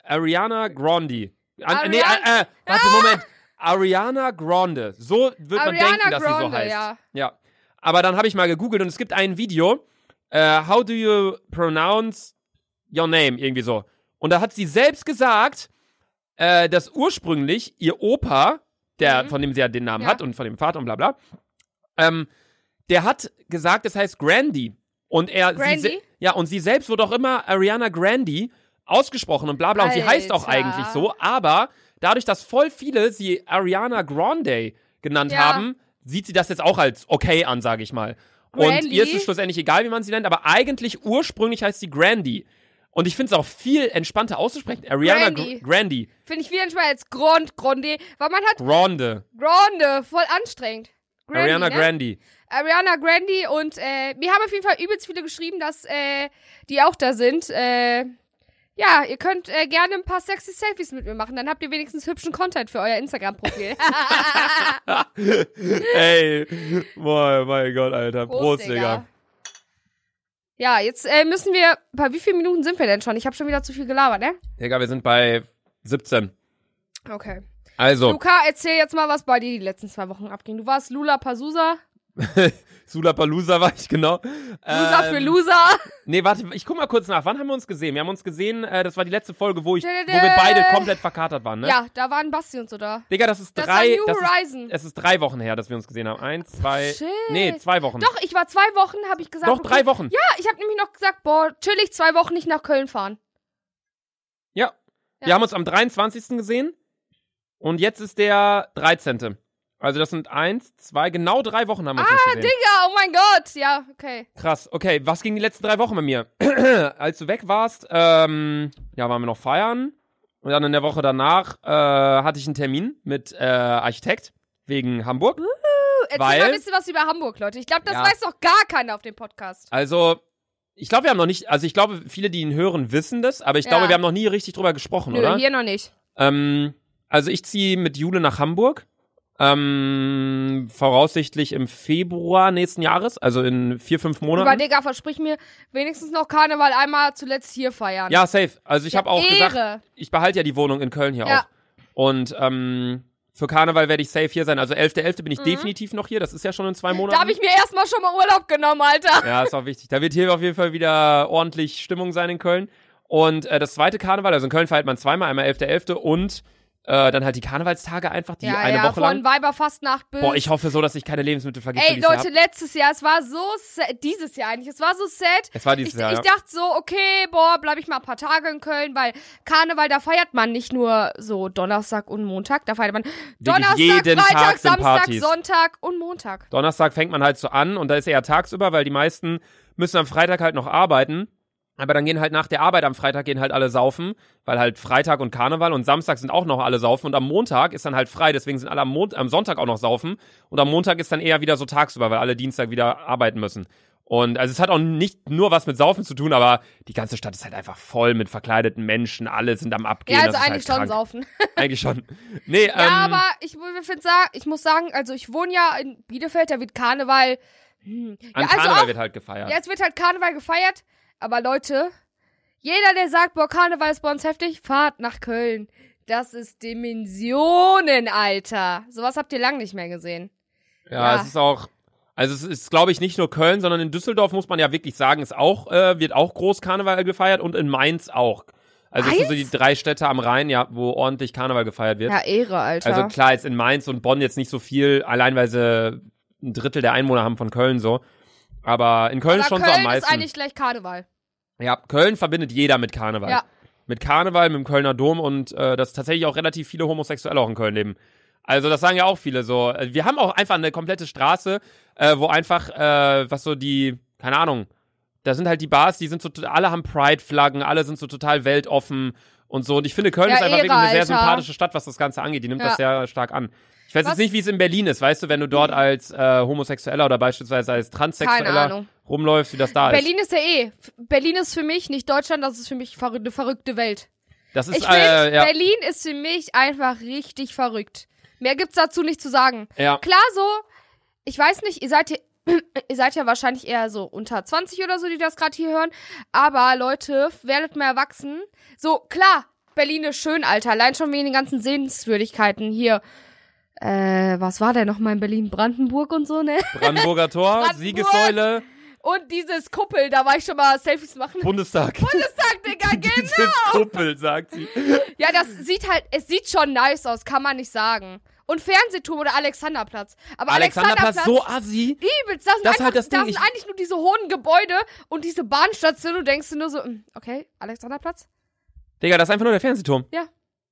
Speaker 1: Ariana Grande. An,
Speaker 2: Arian-
Speaker 1: nee, äh, äh, warte, Moment. Ariana Grande. So wird man
Speaker 2: Ah! Ariana
Speaker 1: denken, dass sie so
Speaker 2: Grande,
Speaker 1: heißt.
Speaker 2: ja.
Speaker 1: ja. Aber dann habe ich mal gegoogelt und es gibt ein Video. Äh, how do you pronounce your name? Irgendwie so. Und da hat sie selbst gesagt, äh, dass ursprünglich ihr Opa, der,
Speaker 2: Mhm.
Speaker 1: von dem sie ja den Namen
Speaker 2: Ja.
Speaker 1: hat und von dem Vater und bla bla, ähm, der hat gesagt, es heißt Grandy. Und er,
Speaker 2: Grandy?
Speaker 1: Sie, se- ja, und sie selbst wurde auch immer Ariana Grande ausgesprochen und bla bla. Und sie heißt auch
Speaker 2: Alter.
Speaker 1: eigentlich so, aber dadurch, dass voll viele sie Ariana Grande genannt
Speaker 2: Ja.
Speaker 1: haben, sieht sie das jetzt auch als okay an, sage ich mal.
Speaker 2: Grandy?
Speaker 1: Und ihr ist es schlussendlich egal, wie man sie nennt, aber eigentlich ursprünglich heißt sie Grandy. Und ich finde es auch viel entspannter auszusprechen. Ariana
Speaker 2: Grandy.
Speaker 1: Gr Grandy.
Speaker 2: Finde ich viel entspannter als Grand, Grande. Weil man hat
Speaker 1: Grande.
Speaker 2: Grande, voll anstrengend. Grande,
Speaker 1: Ariana
Speaker 2: ne?
Speaker 1: Grande.
Speaker 2: Ariana Grande und äh, mir haben auf jeden Fall übelst viele geschrieben, dass äh, die auch da sind. Äh, ja, ihr könnt äh, gerne ein paar sexy Selfies mit mir machen, dann habt ihr wenigstens hübschen Content für euer Instagram-Profil.
Speaker 1: Ey. Boah, mein Gott, Alter. Prost, Digga.
Speaker 2: Ja, jetzt äh, müssen wir. Bei wie vielen Minuten sind wir denn schon? Ich habe schon wieder zu viel gelabert, ne?
Speaker 1: Digga, wir sind bei 17.
Speaker 2: Okay.
Speaker 1: Also,
Speaker 2: Luca, erzähl jetzt mal, was bei dir die letzten zwei Wochen abging. Du warst Lula Pazusa.
Speaker 1: Sulapalooza war ich genau.
Speaker 2: Loser
Speaker 1: Ähm,
Speaker 2: für Loser.
Speaker 1: Nee, warte, ich guck mal kurz nach. Wann haben wir uns gesehen? Wir haben uns gesehen, äh, das war die letzte Folge, wo, ich, wo wir beide komplett verkatert waren, ne?
Speaker 2: Ja, da waren Basti und so da.
Speaker 1: Digga, das ist
Speaker 2: Das
Speaker 1: drei.
Speaker 2: war New
Speaker 1: das ist, ähm,
Speaker 2: Horizon.
Speaker 1: es ist drei Wochen her, dass wir uns gesehen haben. Eins, zwei.
Speaker 2: Shit.
Speaker 1: Nee, zwei Wochen.
Speaker 2: Doch, ich war zwei Wochen, habe ich gesagt.
Speaker 1: Doch,
Speaker 2: okay.
Speaker 1: drei Wochen.
Speaker 2: Ja, ich habe nämlich noch gesagt, boah, chillig zwei Wochen nicht nach Köln fahren.
Speaker 1: Ja.
Speaker 2: Ja.
Speaker 1: Wir haben uns am 23. gesehen und jetzt ist der 13. Also das sind eins, zwei, genau drei Wochen haben wir uns nicht gesehen.
Speaker 2: Digga, oh mein Gott. Ja, okay.
Speaker 1: Krass. Okay, was ging die letzten drei Wochen bei mir? Als du weg warst, ähm, ja, waren wir noch feiern. Und dann in der Woche danach äh, hatte ich einen Termin mit äh, Architekt wegen Hamburg.
Speaker 2: Hm? Du, Erzähl
Speaker 1: Weil-
Speaker 2: mal ein bisschen was über Hamburg, Leute. Ich glaube, das
Speaker 1: Ja.
Speaker 2: weiß doch gar keiner auf dem Podcast.
Speaker 1: Also, ich glaube, wir haben noch nicht, also ich glaube, viele, die ihn hören, wissen das, aber ich
Speaker 2: Ja.
Speaker 1: glaube, wir haben noch nie richtig drüber gesprochen,
Speaker 2: Nö,
Speaker 1: oder?
Speaker 2: hier noch nicht.
Speaker 1: Ähm, also ich ziehe mit Jule nach Hamburg. Ähm, voraussichtlich im Februar nächsten Jahres, also in vier, fünf
Speaker 2: Über
Speaker 1: Monaten.
Speaker 2: Digga, versprich mir wenigstens noch Karneval einmal zuletzt hier feiern.
Speaker 1: Ja, safe. Also ich
Speaker 2: Ja,
Speaker 1: habe auch
Speaker 2: Ehre.
Speaker 1: gesagt, ich behalte ja die Wohnung in Köln hier
Speaker 2: Ja.
Speaker 1: auch. Und ähm, für Karneval werde ich safe hier sein. Also 11.11. bin ich definitiv noch hier. Das ist ja schon in zwei Monaten.
Speaker 2: Da habe Mhm. ich mir erstmal schon mal Urlaub genommen, Alter.
Speaker 1: ja, ist auch wichtig. Da wird hier auf jeden Fall wieder ordentlich Stimmung sein in Köln. Und äh, das zweite Karneval, also in Köln feiert man zweimal, einmal 11.11. und äh, dann halt die Karnevalstage einfach, die
Speaker 2: ja,
Speaker 1: eine
Speaker 2: ja,
Speaker 1: Woche
Speaker 2: von
Speaker 1: lang.
Speaker 2: Weiberfastnacht bis.
Speaker 1: Boah, ich hoffe so, dass ich keine Lebensmittel vergesse.
Speaker 2: Ey,
Speaker 1: dieses Jahr
Speaker 2: Leute,
Speaker 1: hab.
Speaker 2: letztes Jahr, es war so sad, dieses Jahr eigentlich, es war so sad.
Speaker 1: es war
Speaker 2: Ich,
Speaker 1: dieses Jahr.
Speaker 2: ich
Speaker 1: ja.
Speaker 2: dachte so, okay, boah, bleib ich mal ein paar Tage in Köln, weil Karneval, da feiert man nicht nur so Donnerstag und Montag, da feiert man Donnerstag,
Speaker 1: jeden Tag
Speaker 2: Freitag,
Speaker 1: sind
Speaker 2: Samstag,
Speaker 1: Partys.
Speaker 2: Sonntag und Montag.
Speaker 1: Donnerstag fängt man halt so an und da ist eher tagsüber, weil die meisten müssen am Freitag halt noch arbeiten. Aber dann gehen halt nach der Arbeit am Freitag gehen halt alle saufen, weil halt Freitag und Karneval und Samstag sind auch noch alle saufen und am Montag ist dann halt frei, deswegen sind alle am, Mon am Sonntag auch noch saufen und am Montag ist dann eher wieder so tagsüber, weil alle Dienstag wieder arbeiten müssen. Und also es hat auch nicht nur was mit Saufen zu tun, aber die ganze Stadt ist halt einfach voll mit verkleideten Menschen, alle sind am Abgehen.
Speaker 2: ja, also
Speaker 1: das ist
Speaker 2: eigentlich
Speaker 1: halt krank.
Speaker 2: schon saufen.
Speaker 1: Eigentlich schon. Nee, ähm,
Speaker 2: ja, aber ich, mu- ich find, sa- ich muss sagen, also ich wohne ja in Bielefeld, da wird Karneval. Hm. Ja,
Speaker 1: an
Speaker 2: also
Speaker 1: Karneval
Speaker 2: auch,
Speaker 1: wird halt gefeiert.
Speaker 2: ja, es wird halt Karneval gefeiert, aber Leute, jeder, der sagt, boah, Karneval ist bei uns heftig, fahrt nach Köln. Das ist Dimensionen, Alter. Sowas habt ihr lang nicht mehr gesehen.
Speaker 1: Ja,
Speaker 2: Ja.
Speaker 1: es ist auch. Also es ist, glaube ich, nicht nur Köln, sondern in Düsseldorf muss man ja wirklich sagen, ist auch, äh, wird auch groß Karneval gefeiert und in Mainz auch. Also es sind so die drei Städte am Rhein, ja, wo ordentlich Karneval gefeiert wird.
Speaker 2: Ja, Ehre, Alter.
Speaker 1: also klar, jetzt in Mainz und Bonn jetzt nicht so viel, allein weil sie ein Drittel der Einwohner haben von Köln so. Aber in Köln
Speaker 2: aber
Speaker 1: ist schon
Speaker 2: Köln
Speaker 1: so am
Speaker 2: ist
Speaker 1: meisten.
Speaker 2: eigentlich gleich Karneval.
Speaker 1: Ja, Köln verbindet jeder mit Karneval.
Speaker 2: Ja.
Speaker 1: Mit Karneval, mit dem Kölner Dom und äh, dass tatsächlich auch relativ Also, viele Homosexuelle auch in Köln leben. Also das sagen ja auch viele so. Äh, Wir haben auch einfach eine komplette Straße. äh, wo einfach, äh, was so die, keine Ahnung, da sind halt die Bars, die sind so, to- alle haben Pride-Flaggen, alle sind so total weltoffen und so. Und ich finde, Köln
Speaker 2: Ja,
Speaker 1: ist einfach
Speaker 2: Ehre,
Speaker 1: wirklich eine sehr
Speaker 2: Alter.
Speaker 1: sympathische Stadt, was das Ganze angeht. Die nimmt
Speaker 2: Ja.
Speaker 1: das sehr stark an. Ich weiß
Speaker 2: Was- Mhm.
Speaker 1: jetzt nicht, wie es in Berlin ist, weißt du, wenn du dort als äh, Homosexueller oder beispielsweise als
Speaker 2: Keine
Speaker 1: Transsexueller
Speaker 2: Ahnung.
Speaker 1: rumläufst, wie das da ist.
Speaker 2: Berlin ist ja eh. F- Berlin ist für mich nicht Deutschland, das ist für mich verrü- eine verrückte Welt.
Speaker 1: Das ist,
Speaker 2: Ich finde,
Speaker 1: äh, ja,
Speaker 2: Berlin ist für mich einfach richtig verrückt. Mehr gibt's dazu nicht zu sagen.
Speaker 1: ja.
Speaker 2: Klar, so, ich weiß nicht, ihr seid ja, ihr seid ja wahrscheinlich eher so unter 20 oder so, die das gerade hier hören. Aber Leute, werdet mal erwachsen. So, klar, Berlin ist schön, Alter. Allein schon wegen den ganzen Sehenswürdigkeiten hier. Äh, was war denn nochmal in Berlin? Brandenburg und so, ne?
Speaker 1: Brandenburger Tor,
Speaker 2: Brandenburg.
Speaker 1: Siegessäule,
Speaker 2: Und dieses Kuppel, da war ich schon mal Selfies machen.
Speaker 1: Bundestag.
Speaker 2: Bundestag, Digga, gehen.
Speaker 1: Dieses Kuppel, sagt sie.
Speaker 2: Ja, das sieht halt, es sieht schon nice aus, kann man nicht sagen. Und Fernsehturm oder Alexanderplatz. Aber Alexanderplatz,
Speaker 1: Alexanderplatz, so assi.
Speaker 2: übelst. Das, sind
Speaker 1: Das ist
Speaker 2: einfach,
Speaker 1: halt das
Speaker 2: da
Speaker 1: Ding,
Speaker 2: sind
Speaker 1: ich-
Speaker 2: eigentlich nur diese hohen Gebäude und diese Bahnstation. Du denkst dir nur so, mm, okay, Alexanderplatz.
Speaker 1: Digga, das ist einfach nur der Fernsehturm.
Speaker 2: Ja.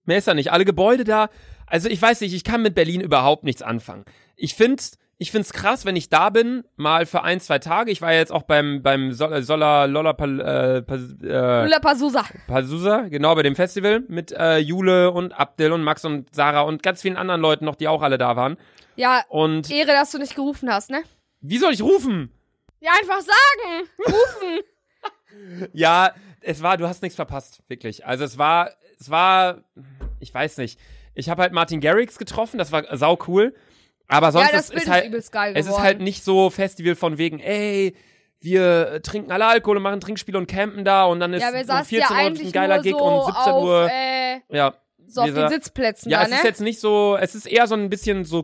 Speaker 1: Mehr ist da nicht. Alle Gebäude da. Also ich weiß nicht, ich kann mit Berlin überhaupt nichts anfangen. Ich find's, ich find's krass, wenn ich da bin, mal für ein, zwei Tage. Ich war ja jetzt auch beim, beim Sol- äh, Sola, Lolla, Pal- äh, Pas- äh,
Speaker 2: Lula Pasusa.
Speaker 1: Pazusa, genau bei dem Festival mit äh, Jule und Abdel und Max und Sarah und ganz vielen anderen Leuten noch, die auch alle da waren.
Speaker 2: Ja,
Speaker 1: Und
Speaker 2: Ehre, dass du nicht gerufen hast, ne?
Speaker 1: wie soll ich rufen?
Speaker 2: Ja, einfach sagen.
Speaker 1: Ja, es war, du hast nichts verpasst, wirklich. Also es war, es war, ich weiß nicht. Ich habe halt Martin Garrix getroffen, das war sau cool. Aber sonst
Speaker 2: ja,
Speaker 1: es
Speaker 2: das Bild
Speaker 1: ist
Speaker 2: ist,
Speaker 1: halt,
Speaker 2: übelst geil
Speaker 1: es
Speaker 2: geworden.
Speaker 1: ist halt nicht so Festival von wegen, ey, wir äh, trinken alle Alkohol und machen Trinkspiele und campen da und dann ist
Speaker 2: ja, wir
Speaker 1: um
Speaker 2: saßen
Speaker 1: 14
Speaker 2: ja
Speaker 1: Uhr ein
Speaker 2: eigentlich
Speaker 1: geiler
Speaker 2: nur
Speaker 1: Gig
Speaker 2: so
Speaker 1: um 17
Speaker 2: auf,
Speaker 1: Uhr.
Speaker 2: äh,
Speaker 1: ja,
Speaker 2: so auf
Speaker 1: wir
Speaker 2: den
Speaker 1: sa-
Speaker 2: Sitzplätzen
Speaker 1: ja,
Speaker 2: da,
Speaker 1: es
Speaker 2: ne?
Speaker 1: ist jetzt nicht so, es ist eher so ein bisschen so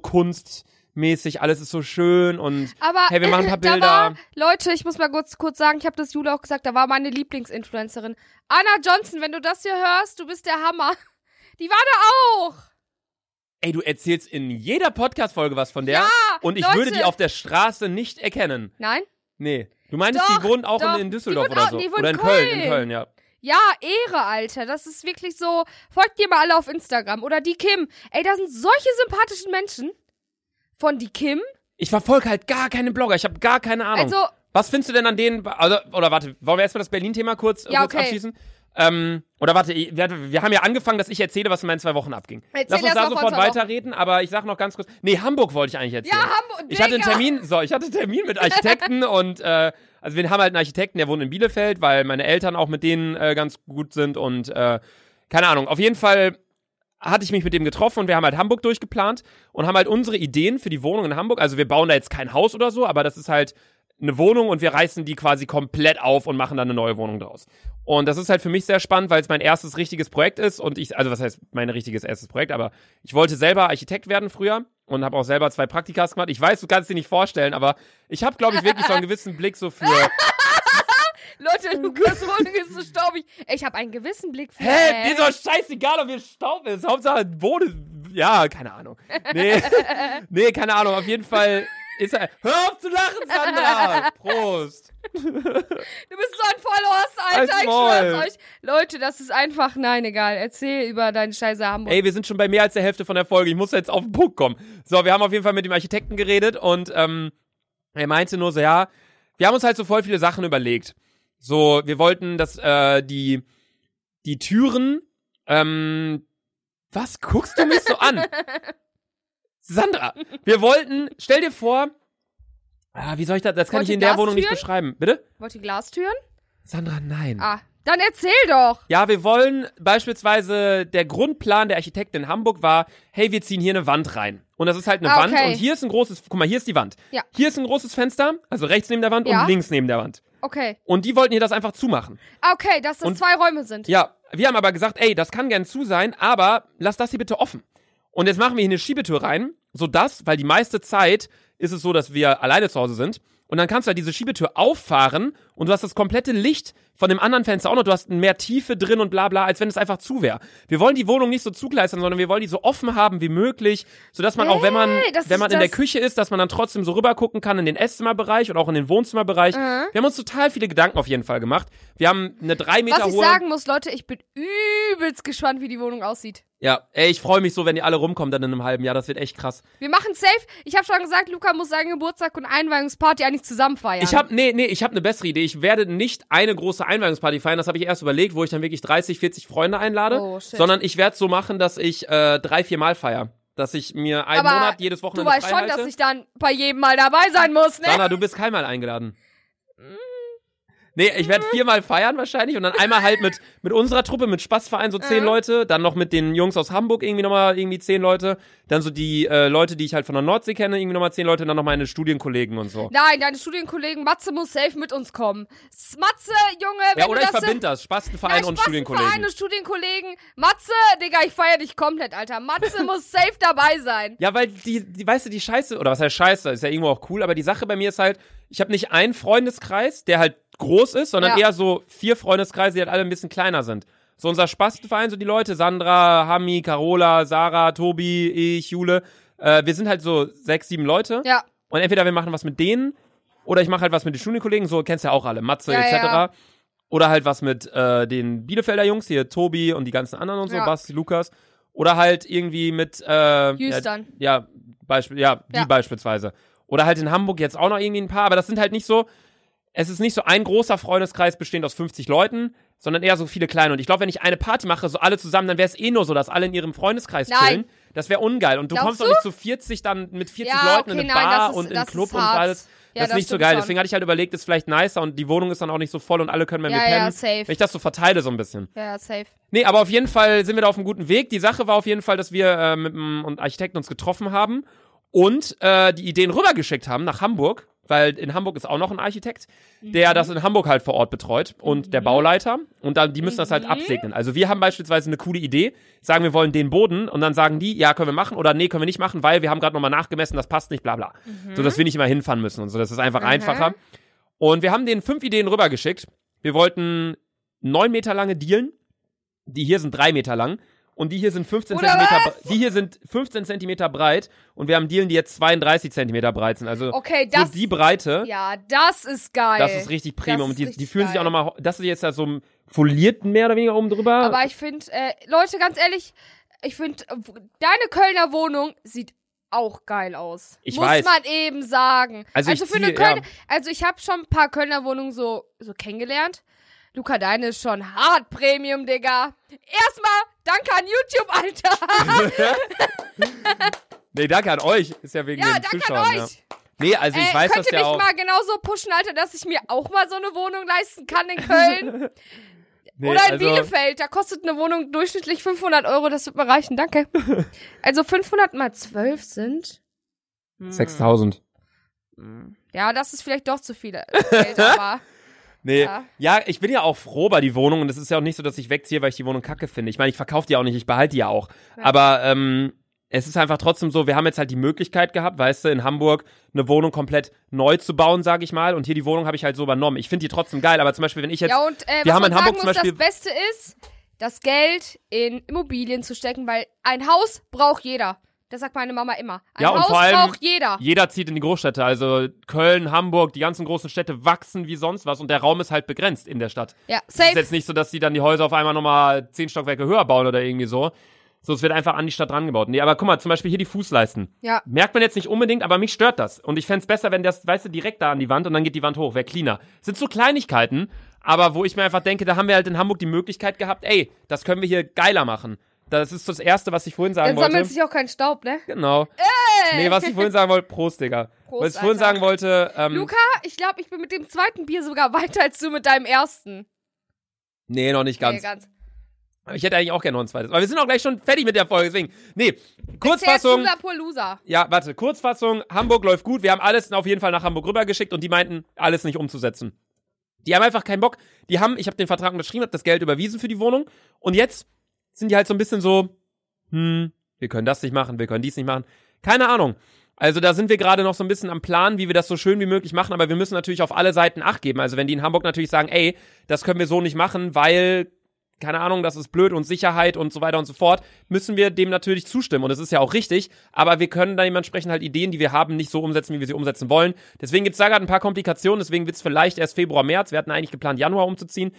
Speaker 1: kunstmäßig, alles ist so schön und
Speaker 2: Aber
Speaker 1: Hey, wir machen ein paar
Speaker 2: da war,
Speaker 1: Bilder.
Speaker 2: Leute, ich muss mal kurz, kurz sagen, ich habe das Jule auch gesagt, da war meine Lieblingsinfluencerin. Anna Johnson, wenn du das hier hörst, du bist der Hammer. Die war da auch.
Speaker 1: ey, du erzählst in jeder Podcast-Folge was von der
Speaker 2: Ja,
Speaker 1: und ich
Speaker 2: Leute.
Speaker 1: würde die auf der Straße nicht erkennen.
Speaker 2: Nein?
Speaker 1: Nee. Du meinst,
Speaker 2: Doch,
Speaker 1: die wohnen auch
Speaker 2: doch.
Speaker 1: in, in
Speaker 2: Die
Speaker 1: Düsseldorf
Speaker 2: wohnen
Speaker 1: oder
Speaker 2: auch-
Speaker 1: so?
Speaker 2: die wohnen
Speaker 1: Oder in
Speaker 2: in
Speaker 1: Köln. in
Speaker 2: Köln.
Speaker 1: Köln, ja.
Speaker 2: Ja, Ehre, Alter. Das ist wirklich so. Folgt ihr mal alle auf Instagram. Oder die Kim. Ey, da sind solche sympathischen Menschen. Von die Kim.
Speaker 1: Ich verfolge halt gar keine Blogger, ich habe gar keine Ahnung.
Speaker 2: Also,
Speaker 1: Was findest du denn an denen, also, oder warte, wollen wir erstmal das Berlin-Thema kurz,
Speaker 2: Ja,
Speaker 1: kurz
Speaker 2: okay.
Speaker 1: abschließen? Ähm, oder warte, ich- wir, wir haben ja angefangen, dass ich erzähle, was in meinen zwei Wochen abging.
Speaker 2: Erzähl
Speaker 1: Lass uns
Speaker 2: erst
Speaker 1: da
Speaker 2: mal von
Speaker 1: sofort
Speaker 2: zwei Wochen.
Speaker 1: weiterreden, aber ich sag noch ganz kurz, nee, Hamburg wollte ich eigentlich
Speaker 2: ja,
Speaker 1: erzählen.
Speaker 2: Hamburg.
Speaker 1: Ich hatte einen
Speaker 2: Digga.
Speaker 1: Termin, so, ich hatte einen Termin mit Architekten und äh, also wir haben halt einen Architekten, der wohnt in Bielefeld, weil meine Eltern auch mit denen äh, ganz gut sind und äh, keine Ahnung. Auf jeden Fall hatte ich mich mit dem getroffen und wir haben halt Hamburg durchgeplant und haben halt unsere Ideen für die Wohnung in Hamburg. Also wir bauen da jetzt kein Haus oder so, aber das ist halt eine Wohnung und wir reißen die quasi komplett auf und machen dann eine neue Wohnung draus. Und das ist halt für mich sehr spannend, weil es mein erstes richtiges Projekt ist und ich, also was heißt mein richtiges erstes Projekt, aber ich wollte selber Architekt werden früher und habe auch selber zwei Praktikas gemacht. Ich weiß, du kannst dir nicht vorstellen, aber ich habe, glaube ich, wirklich so einen gewissen Blick so für,
Speaker 2: Leute, Lukas Wohnung ist so staubig. Ey, Ich habe einen gewissen Blick für.
Speaker 1: hä, mir ist doch scheißegal, ob hier Staub ist. Hauptsache, Boden, ja, keine Ahnung. Nee, nee, keine Ahnung, auf jeden Fall ist er, hör auf zu lachen, Sandra! Prost!
Speaker 2: Du bist so ein Vollhorst, Alter.
Speaker 1: Als
Speaker 2: Ich
Speaker 1: Maul.
Speaker 2: schwör's euch. Leute, das ist einfach. Nein, egal. Erzähl über deinen scheiße Hamburg.
Speaker 1: Ey, wir sind schon bei mehr als der Hälfte von der Folge. Ich muss jetzt auf den Punkt kommen. So, wir haben auf jeden Fall mit dem Architekten geredet und ähm, er meinte nur so, ja, wir haben uns halt so voll viele Sachen überlegt. So, wir wollten, dass äh, die, die Türen, ähm, was guckst du mich so an? Sandra, wir wollten, stell dir vor, ah, wie soll ich das, das kann
Speaker 2: Wollt
Speaker 1: ich
Speaker 2: ihr
Speaker 1: in der Wohnung nicht
Speaker 2: Glastüren?
Speaker 1: beschreiben. Bitte?
Speaker 2: Wollt ihr Glastüren?
Speaker 1: Sandra, nein.
Speaker 2: Ah, dann erzähl doch.
Speaker 1: Ja, wir wollen beispielsweise, der Grundplan der Architekten in Hamburg war, hey, wir ziehen hier eine Wand rein. Und das ist halt eine
Speaker 2: Ah,
Speaker 1: Wand
Speaker 2: okay.
Speaker 1: und hier ist ein großes, guck mal, hier ist die Wand.
Speaker 2: Ja.
Speaker 1: Hier ist ein großes Fenster, also rechts neben der Wand
Speaker 2: Ja.
Speaker 1: und links neben der Wand.
Speaker 2: Okay.
Speaker 1: Und die wollten hier das einfach zumachen.
Speaker 2: Ah, Okay, dass das
Speaker 1: Und-
Speaker 2: zwei Räume sind.
Speaker 1: Ja, wir haben aber gesagt, ey, das kann gern zu sein, aber lass das hier bitte offen. Und jetzt machen wir hier eine Schiebetür rein, sodass, weil die meiste Zeit ist es so, dass wir alleine zu Hause sind. Und dann kannst du halt diese Schiebetür auffahren und du hast das komplette Licht von dem anderen Fenster auch noch. Du hast mehr Tiefe drin und bla bla, als wenn es einfach zu wäre. Wir wollen die Wohnung nicht so zugleistern, sondern wir wollen die so offen haben wie möglich, sodass man auch, wenn man,
Speaker 2: Ey, das
Speaker 1: wenn
Speaker 2: ist
Speaker 1: man in der
Speaker 2: das-
Speaker 1: Küche ist, dass man dann trotzdem so rüber gucken kann in den Esszimmerbereich und auch in den Wohnzimmerbereich.
Speaker 2: Mhm.
Speaker 1: Wir haben uns total viele Gedanken auf jeden Fall gemacht. Wir haben eine drei Meter
Speaker 2: Was ich
Speaker 1: hohe.
Speaker 2: sagen muss, Leute, ich bin übelst gespannt, wie die Wohnung aussieht.
Speaker 1: ja, ey, ich freue mich so, wenn ihr alle rumkommt dann in einem halben Jahr. Das wird echt krass.
Speaker 2: Wir machen safe. Ich habe schon gesagt, Luca muss seinen Geburtstag und Einweihungsparty eigentlich zusammen feiern.
Speaker 1: Ich habe nee, nee, ich habe eine bessere Idee. Ich werde nicht eine große Einweihungsparty feiern, das habe ich erst überlegt, wo ich dann wirklich 30, 40 Freunde einlade,
Speaker 2: Oh, shit.
Speaker 1: sondern ich werde so machen, dass ich äh, drei, vier Mal feier, dass ich mir einen
Speaker 2: Aber
Speaker 1: Monat jedes
Speaker 2: Du
Speaker 1: Wochenende
Speaker 2: weißt
Speaker 1: frei
Speaker 2: schon,
Speaker 1: halte.
Speaker 2: dass ich dann bei jedem mal dabei sein muss, ne?
Speaker 1: Dana, du bist keinmal eingeladen.
Speaker 2: Mm.
Speaker 1: Nee, ich werde viermal feiern wahrscheinlich und dann einmal halt mit, mit unserer Truppe, mit Spaßverein so zehn
Speaker 2: Mhm.
Speaker 1: Leute, dann noch mit den Jungs aus Hamburg irgendwie nochmal irgendwie zehn Leute, dann so die äh, Leute, die ich halt von der Nordsee kenne, irgendwie nochmal zehn Leute und dann noch meine Studienkollegen und so.
Speaker 2: Nein, deine Studienkollegen Matze muss safe mit uns kommen. S- Matze, Junge, wenn
Speaker 1: Ja, oder
Speaker 2: du
Speaker 1: ich
Speaker 2: das
Speaker 1: verbinde das, Spastenverein
Speaker 2: Nein,
Speaker 1: und
Speaker 2: Spaß,
Speaker 1: Studienkollegen.
Speaker 2: Verein und Studienkollegen. Matze, Digga, ich feier dich komplett, Alter. Matze muss safe dabei sein.
Speaker 1: Ja, weil die, die, weißt du, die Scheiße, oder was heißt Scheiße, ist ja irgendwo auch cool, aber die Sache bei mir ist halt, ich habe nicht einen Freundeskreis, der halt groß ist, sondern
Speaker 2: Ja.
Speaker 1: eher so vier Freundeskreise, die halt alle ein bisschen kleiner sind. So unser Spastenverein, so die Leute, Sandra, Hami, Carola, Sarah, Tobi, ich, Jule, äh, wir sind halt so sechs, sieben Leute
Speaker 2: Ja.
Speaker 1: und entweder wir machen was mit denen oder ich mache halt was mit den Studienkollegen, so kennst ja auch alle, Matze
Speaker 2: Ja,
Speaker 1: etc.
Speaker 2: ja.
Speaker 1: Oder halt was mit äh, den Bielefelder Jungs, hier Tobi und die ganzen anderen und so,
Speaker 2: Ja.
Speaker 1: Basti, Lukas. Oder halt irgendwie mit äh, ja,
Speaker 2: Jüstern.
Speaker 1: ja, Beispiel, ja, die
Speaker 2: Ja.
Speaker 1: beispielsweise. Oder halt in Hamburg jetzt auch noch irgendwie ein paar, aber das sind halt nicht so, es ist nicht so ein großer Freundeskreis bestehend aus 50 Leuten, sondern eher so viele kleine. Und ich glaube, wenn ich eine Party mache, so alle zusammen, dann wäre es eh nur so, dass alle in ihrem Freundeskreis
Speaker 2: Nein.
Speaker 1: chillen. Das wäre ungeil. Und du
Speaker 2: Glaubst
Speaker 1: kommst doch nicht zu 40 dann mit 40
Speaker 2: Ja,
Speaker 1: Leuten in
Speaker 2: okay,
Speaker 1: eine
Speaker 2: nein,
Speaker 1: Bar
Speaker 2: das ist-
Speaker 1: und in
Speaker 2: das
Speaker 1: einen Club
Speaker 2: ist
Speaker 1: und
Speaker 2: hart.
Speaker 1: alles.
Speaker 2: Ja,
Speaker 1: das ist
Speaker 2: das
Speaker 1: nicht so
Speaker 2: stimmt
Speaker 1: geil.
Speaker 2: schon.
Speaker 1: Deswegen hatte ich halt überlegt, ist vielleicht nicer und die Wohnung ist dann auch nicht so voll und alle können bei mir
Speaker 2: Ja, ja,
Speaker 1: pennen.
Speaker 2: safe.
Speaker 1: Wenn ich das so verteile so ein bisschen.
Speaker 2: Ja, ja, safe.
Speaker 1: Nee, aber auf jeden Fall sind wir da auf einem guten Weg. Die Sache war auf jeden Fall, dass wir äh, mit einem Architekten uns getroffen haben und äh, die Ideen rübergeschickt haben nach Hamburg, weil in Hamburg ist auch noch ein Architekt, der das in Hamburg halt vor Ort betreut und der Bauleiter. Und dann, die müssen das halt absegnen. Also wir haben beispielsweise eine coole Idee, sagen wir wollen den Boden und dann sagen die, ja, können wir machen oder nee, können wir nicht machen, weil wir haben gerade nochmal nachgemessen, das passt nicht, bla bla. So, dass wir nicht immer hinfahren müssen und so. Das ist einfach
Speaker 2: Mhm.
Speaker 1: einfacher. Und wir haben denen fünf Ideen rübergeschickt. Wir wollten neun Meter lange Dielen. Die hier sind drei Meter lang. Und die hier sind 15
Speaker 2: Oder
Speaker 1: Zentimeter, bre- die hier sind 15 Zentimeter breit. Und wir haben Dielen, die jetzt 32 Zentimeter breit sind. Also,
Speaker 2: Mhm. Okay,
Speaker 1: so
Speaker 2: Oh, das.
Speaker 1: die Breite.
Speaker 2: ja, das ist geil.
Speaker 1: Das ist richtig prima.
Speaker 2: Das
Speaker 1: Und
Speaker 2: ist
Speaker 1: die, die
Speaker 2: richtig
Speaker 1: fühlen sich auch
Speaker 2: geil.
Speaker 1: nochmal, das ist jetzt da so ein folierten mehr oder weniger oben drüber.
Speaker 2: Aber ich finde, äh, Leute, ganz ehrlich, ich finde, deine Kölner Wohnung sieht auch geil aus.
Speaker 1: Ich
Speaker 2: Muss
Speaker 1: weiß.
Speaker 2: man eben sagen.
Speaker 1: Also ich
Speaker 2: für eine
Speaker 1: ziehe, ja.
Speaker 2: Kölner, also ich habe schon ein paar Kölner Wohnungen so, so kennengelernt. Luca, deine ist schon hart Premium, Digga. Erstmal danke an YouTube, Alter.
Speaker 1: nee, danke an euch. Ist ja wegen
Speaker 2: Ja,
Speaker 1: den
Speaker 2: danke
Speaker 1: Zuschauern.
Speaker 2: an
Speaker 1: Ja.
Speaker 2: euch.
Speaker 1: Nee, also ich
Speaker 2: Äh,
Speaker 1: weiß
Speaker 2: könnt
Speaker 1: das
Speaker 2: ihr
Speaker 1: ja
Speaker 2: mich
Speaker 1: auch.
Speaker 2: mal genauso pushen, Alter, dass ich mir auch mal so eine Wohnung leisten kann in Köln?
Speaker 1: Nee,
Speaker 2: Oder in
Speaker 1: also,
Speaker 2: Bielefeld, da kostet eine Wohnung durchschnittlich 500 Euro, das wird mir reichen, danke. also 500 mal 12 sind...
Speaker 1: 6000.
Speaker 2: Ja, das ist vielleicht doch zu viel Geld, aber...
Speaker 1: Nee. Ja.
Speaker 2: Ja.
Speaker 1: ich bin ja auch froh bei die Wohnung und es ist ja auch nicht so, dass ich wegziehe, weil ich die Wohnung kacke finde. Ich meine, ich verkaufe die auch nicht, ich behalte die ja auch.
Speaker 2: Ja.
Speaker 1: Aber ähm, es ist einfach trotzdem so, wir haben jetzt halt die Möglichkeit gehabt, weißt du, in Hamburg eine Wohnung komplett neu zu bauen, sage ich mal. Und hier die Wohnung habe ich halt so übernommen. Ich finde die trotzdem geil, aber zum Beispiel, wenn ich jetzt.
Speaker 2: Ja, und äh,
Speaker 1: Wir
Speaker 2: was
Speaker 1: haben in
Speaker 2: man
Speaker 1: Hamburg zum
Speaker 2: sagen muss,
Speaker 1: Beispiel-
Speaker 2: das Beste ist, das Geld in Immobilien zu stecken, weil ein Haus braucht jeder. Das sagt meine Mama immer. Ein
Speaker 1: Ja, und
Speaker 2: Haus
Speaker 1: vor allem-
Speaker 2: braucht jeder.
Speaker 1: Jeder zieht in die Großstädte, also Köln, Hamburg, die ganzen großen Städte wachsen wie sonst was und der Raum ist halt begrenzt in der Stadt.
Speaker 2: Ja,
Speaker 1: Es ist
Speaker 2: safe.
Speaker 1: jetzt nicht so, dass die dann die Häuser auf einmal nochmal zehn Stockwerke höher bauen oder irgendwie so. So, es wird einfach an die Stadt rangebaut. Nee, aber guck mal, zum Beispiel hier die Fußleisten.
Speaker 2: Ja.
Speaker 1: Merkt man jetzt nicht unbedingt, aber mich stört das. Und ich fänd's besser, wenn das, weißt du, direkt da an die Wand und dann geht die Wand hoch, wäre cleaner. Sind so Kleinigkeiten, aber wo ich mir einfach denke, da haben wir halt in Hamburg die Möglichkeit gehabt, ey, das können wir hier geiler machen. Das ist das Erste, was ich vorhin sagen
Speaker 2: Dann sammelt
Speaker 1: wollte.
Speaker 2: sich auch kein Staub, ne?
Speaker 1: Genau. Nee, was ich vorhin sagen wollte, Prost, Digga.
Speaker 2: Prost,
Speaker 1: was ich vorhin
Speaker 2: Alter.
Speaker 1: sagen wollte, ähm,
Speaker 2: Luca, ich glaube, ich bin mit dem zweiten Bier sogar weiter als du mit deinem ersten.
Speaker 1: nee, noch nicht ganz.
Speaker 2: Nee, ganz.
Speaker 1: Ich hätte eigentlich auch gerne noch ein zweites. Aber wir sind auch gleich schon fertig mit der Folge, deswegen. Nee, Kurzfassung.
Speaker 2: Kurzfassung. Pur Loser.
Speaker 1: Ja, warte, Kurzfassung, Hamburg läuft gut. Wir haben alles auf jeden Fall nach Hamburg rübergeschickt und die meinten, alles nicht umzusetzen. Die haben einfach keinen Bock. Die haben, ich habe den Vertrag unterschrieben, habe das Geld überwiesen für die Wohnung und jetzt sind die halt so ein bisschen so, hm, wir können das nicht machen, wir können dies nicht machen. Keine Ahnung. Also da sind wir gerade noch so ein bisschen am Plan, wie wir das so schön wie möglich machen, aber wir müssen natürlich auf alle Seiten Acht geben. Also wenn die in Hamburg natürlich sagen, ey, das können wir so nicht machen, weil, keine Ahnung, das ist blöd und Sicherheit und so weiter und so fort, müssen wir dem natürlich zustimmen. Und das ist ja auch richtig, aber wir können da dementsprechend halt Ideen, die wir haben, nicht so umsetzen, wie wir sie umsetzen wollen. Deswegen gibt's da gerade ein paar Komplikationen, deswegen wird's vielleicht erst Februar, März. Wir hatten eigentlich geplant, Januar umzuziehen.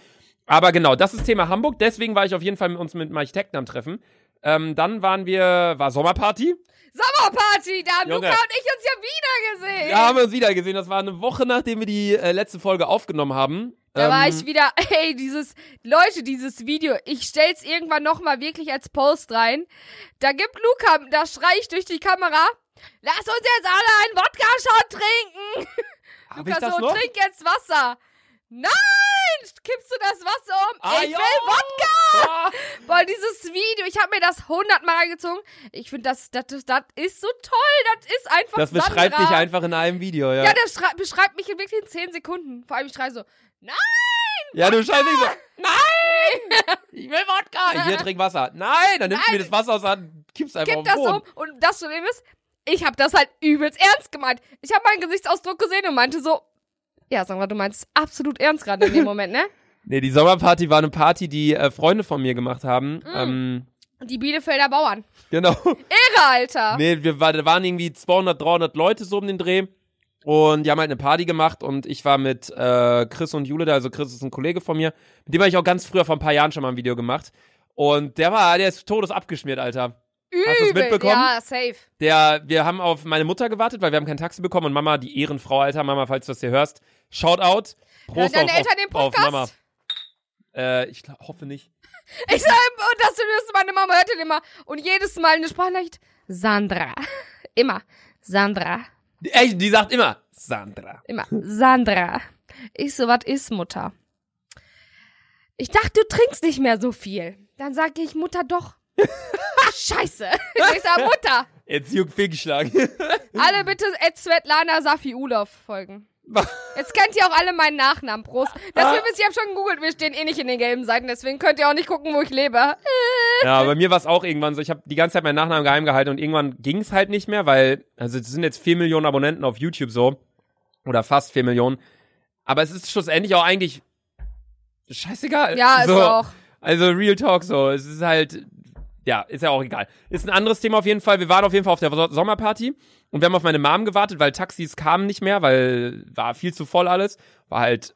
Speaker 1: Aber genau, das ist Thema Hamburg. Deswegen war ich auf jeden Fall mit uns mit dem Architekten am Treffen. Ähm, dann waren wir, war Sommerparty.
Speaker 2: Sommerparty, da haben
Speaker 1: Junge.
Speaker 2: Luca und ich uns ja wieder gesehen.
Speaker 1: Da haben wir uns wieder gesehen. Das war eine Woche, nachdem wir die äh, letzte Folge aufgenommen haben.
Speaker 2: Da
Speaker 1: Ähm,
Speaker 2: war ich wieder, ey, dieses, Leute, dieses Video, ich stell's irgendwann nochmal wirklich als Post rein. Da gibt Luca, da schrei ich durch die Kamera, lass uns jetzt alle einen Wodka-Shot trinken.
Speaker 1: hab ich
Speaker 2: Luca
Speaker 1: das
Speaker 2: so,
Speaker 1: noch?
Speaker 2: trink jetzt Wasser. Nein, kippst du das Wasser um?
Speaker 1: Ah,
Speaker 2: ich
Speaker 1: jo!
Speaker 2: will Wodka.
Speaker 1: Ah,
Speaker 2: Boah, dieses Video, ich habe mir das hundertmal gezogen. Ich finde, das, das, das ist so toll, das ist einfach
Speaker 1: Das beschreibt
Speaker 2: Sandra.
Speaker 1: dich einfach in einem Video, ja.
Speaker 2: Ja, der schrei- beschreibt mich in wirklich in 10 Sekunden. Vor allem, ich schreie so, nein.
Speaker 1: Ja, du scheiße nicht so. Ich will Wodka. Hier, trink Wasser. Nein, dann nimmst du mir das Wasser aus der Hand, kippst einfach
Speaker 2: Äh, kipp
Speaker 1: auf
Speaker 2: das
Speaker 1: den Boden.
Speaker 2: um. Und das Problem ist, ich habe das halt übelst ernst gemeint. Ich habe meinen Gesichtsausdruck gesehen und meinte so, ja, sag mal, du meinst es absolut ernst gerade in dem Moment, ne?
Speaker 1: Nee, die Sommerparty war eine Party, die äh, Freunde von mir gemacht haben.
Speaker 2: Mm.
Speaker 1: Ähm,
Speaker 2: Die Bielefelder Bauern.
Speaker 1: genau.
Speaker 2: Irre, Alter.
Speaker 1: Nee, wir war, da waren irgendwie 200, 300 Leute so um den Dreh. Und die haben halt eine Party gemacht und ich war mit äh, Chris und Jule da, also Chris ist ein Kollege von mir, mit dem habe ich auch ganz früher vor ein paar Jahren schon mal ein Video gemacht. Und der war, der ist todes abgeschmiert, Alter.
Speaker 2: Übel.
Speaker 1: du's mitbekommen?
Speaker 2: Ja, safe.
Speaker 1: Der, wir haben auf meine Mutter gewartet, weil wir haben kein Taxi bekommen und Mama, die Ehrenfrau, Alter, Mama, falls du das hier hörst, Shoutout. Prost
Speaker 2: Hören deine
Speaker 1: auf,
Speaker 2: Eltern
Speaker 1: auf,
Speaker 2: den Podcast?
Speaker 1: auf Mama. Äh, ich gla- hoffe nicht.
Speaker 2: Ich sag, ihm, und das zumindest meine Mama hört den immer. Und jedes Mal eine Sprachnachricht. Sandra. Immer. Sandra.
Speaker 1: Die- Ey, die sagt immer, Sandra.
Speaker 2: Immer. Sandra. Ich so, was ist, Mutter? Ich dachte, du trinkst nicht mehr so viel. Dann sage ich, Mutter, doch. Scheiße. Ich sag, Mutter.
Speaker 1: Jetzt juckt Fehlgeschlagen.
Speaker 2: Alle bitte Ed Svetlana Safi Ulov folgen. Jetzt kennt ihr auch alle meinen Nachnamen. Prost.
Speaker 1: Ah.
Speaker 2: Das Film ist, ich habe schon gegoogelt. Wir stehen eh nicht in den gelben Seiten. Deswegen könnt ihr auch nicht gucken, wo ich lebe.
Speaker 1: Ja, bei mir war es auch irgendwann so. Ich habe die ganze Zeit meinen Nachnamen geheim gehalten und irgendwann ging es halt nicht mehr, weil, also es sind jetzt 4 Millionen Abonnenten auf YouTube so. Oder fast 4 Millionen. Aber es ist schlussendlich auch eigentlich scheißegal.
Speaker 2: Ja, ist
Speaker 1: so.
Speaker 2: auch.
Speaker 1: Also Real Talk so. Es ist halt, ja, ist ja auch egal. Ist ein anderes Thema auf jeden Fall. Wir waren auf jeden Fall auf der So- Sommerparty und wir haben auf meine Mom gewartet, weil Taxis kamen nicht mehr, weil war viel zu voll alles. War halt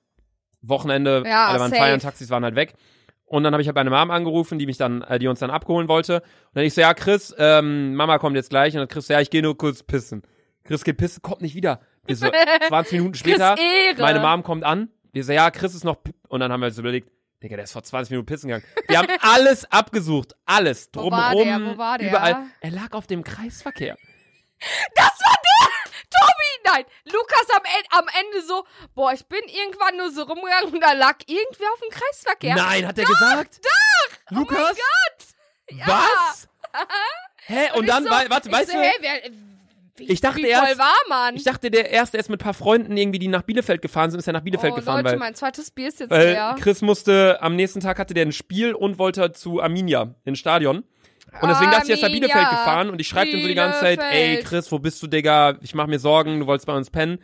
Speaker 1: Wochenende,
Speaker 2: Ja,
Speaker 1: alle waren
Speaker 2: safe.
Speaker 1: feiern, Taxis waren halt weg. Und dann habe ich halt meine Mom angerufen, die mich dann, äh, die uns dann abholen wollte. Und dann ich so, ja, Chris, ähm, Mama kommt jetzt gleich. Und dann Chris so, ja, ich gehe nur kurz pissen. Chris geht pissen, kommt nicht wieder. Wir so, 20 Minuten
Speaker 2: Chris eh
Speaker 1: später.
Speaker 2: Ehre.
Speaker 1: Meine Mom kommt an. Wir sagen, ja, Chris ist noch. pi- Und dann haben wir uns überlegt, Digga, der ist vor 20 Minuten pissen gegangen. Wir haben alles abgesucht. Alles.
Speaker 2: Wo war
Speaker 1: Drumherum.
Speaker 2: der? Wo war der?
Speaker 1: Überall. Er lag auf dem Kreisverkehr.
Speaker 2: Nein, Lukas am, En- am Ende so, boah, ich bin irgendwann nur so rumgegangen und da lag irgendwer auf dem Kreisverkehr.
Speaker 1: Nein, hat er gesagt. Doch. Lukas. Oh mein Gott. Was? Hä? Und, dann,
Speaker 2: ich so,
Speaker 1: wei- warte,
Speaker 2: ich
Speaker 1: weißt
Speaker 2: so,
Speaker 1: du,
Speaker 2: Hey, wer, wie,
Speaker 1: Ich dachte
Speaker 2: wie voll
Speaker 1: erst-
Speaker 2: war man?
Speaker 1: ich dachte, der erste ist mit ein paar Freunden irgendwie, die nach Bielefeld gefahren sind, ist ja nach Bielefeld
Speaker 2: oh,
Speaker 1: gefahren,
Speaker 2: Leute,
Speaker 1: weil,
Speaker 2: mein zweites Bier ist jetzt
Speaker 1: weil
Speaker 2: leer.
Speaker 1: Chris musste, am nächsten Tag hatte der ein Spiel und wollte zu Arminia ins Stadion. Und deswegen dachte ich, er ist nach
Speaker 2: Arminia.
Speaker 1: Bielefeld gefahren und ich schreibe ihm so die ganze Zeit, ey
Speaker 2: Bielefeld.
Speaker 1: Chris, wo bist du, Digga? Ich mach mir Sorgen, du wolltest bei uns pennen.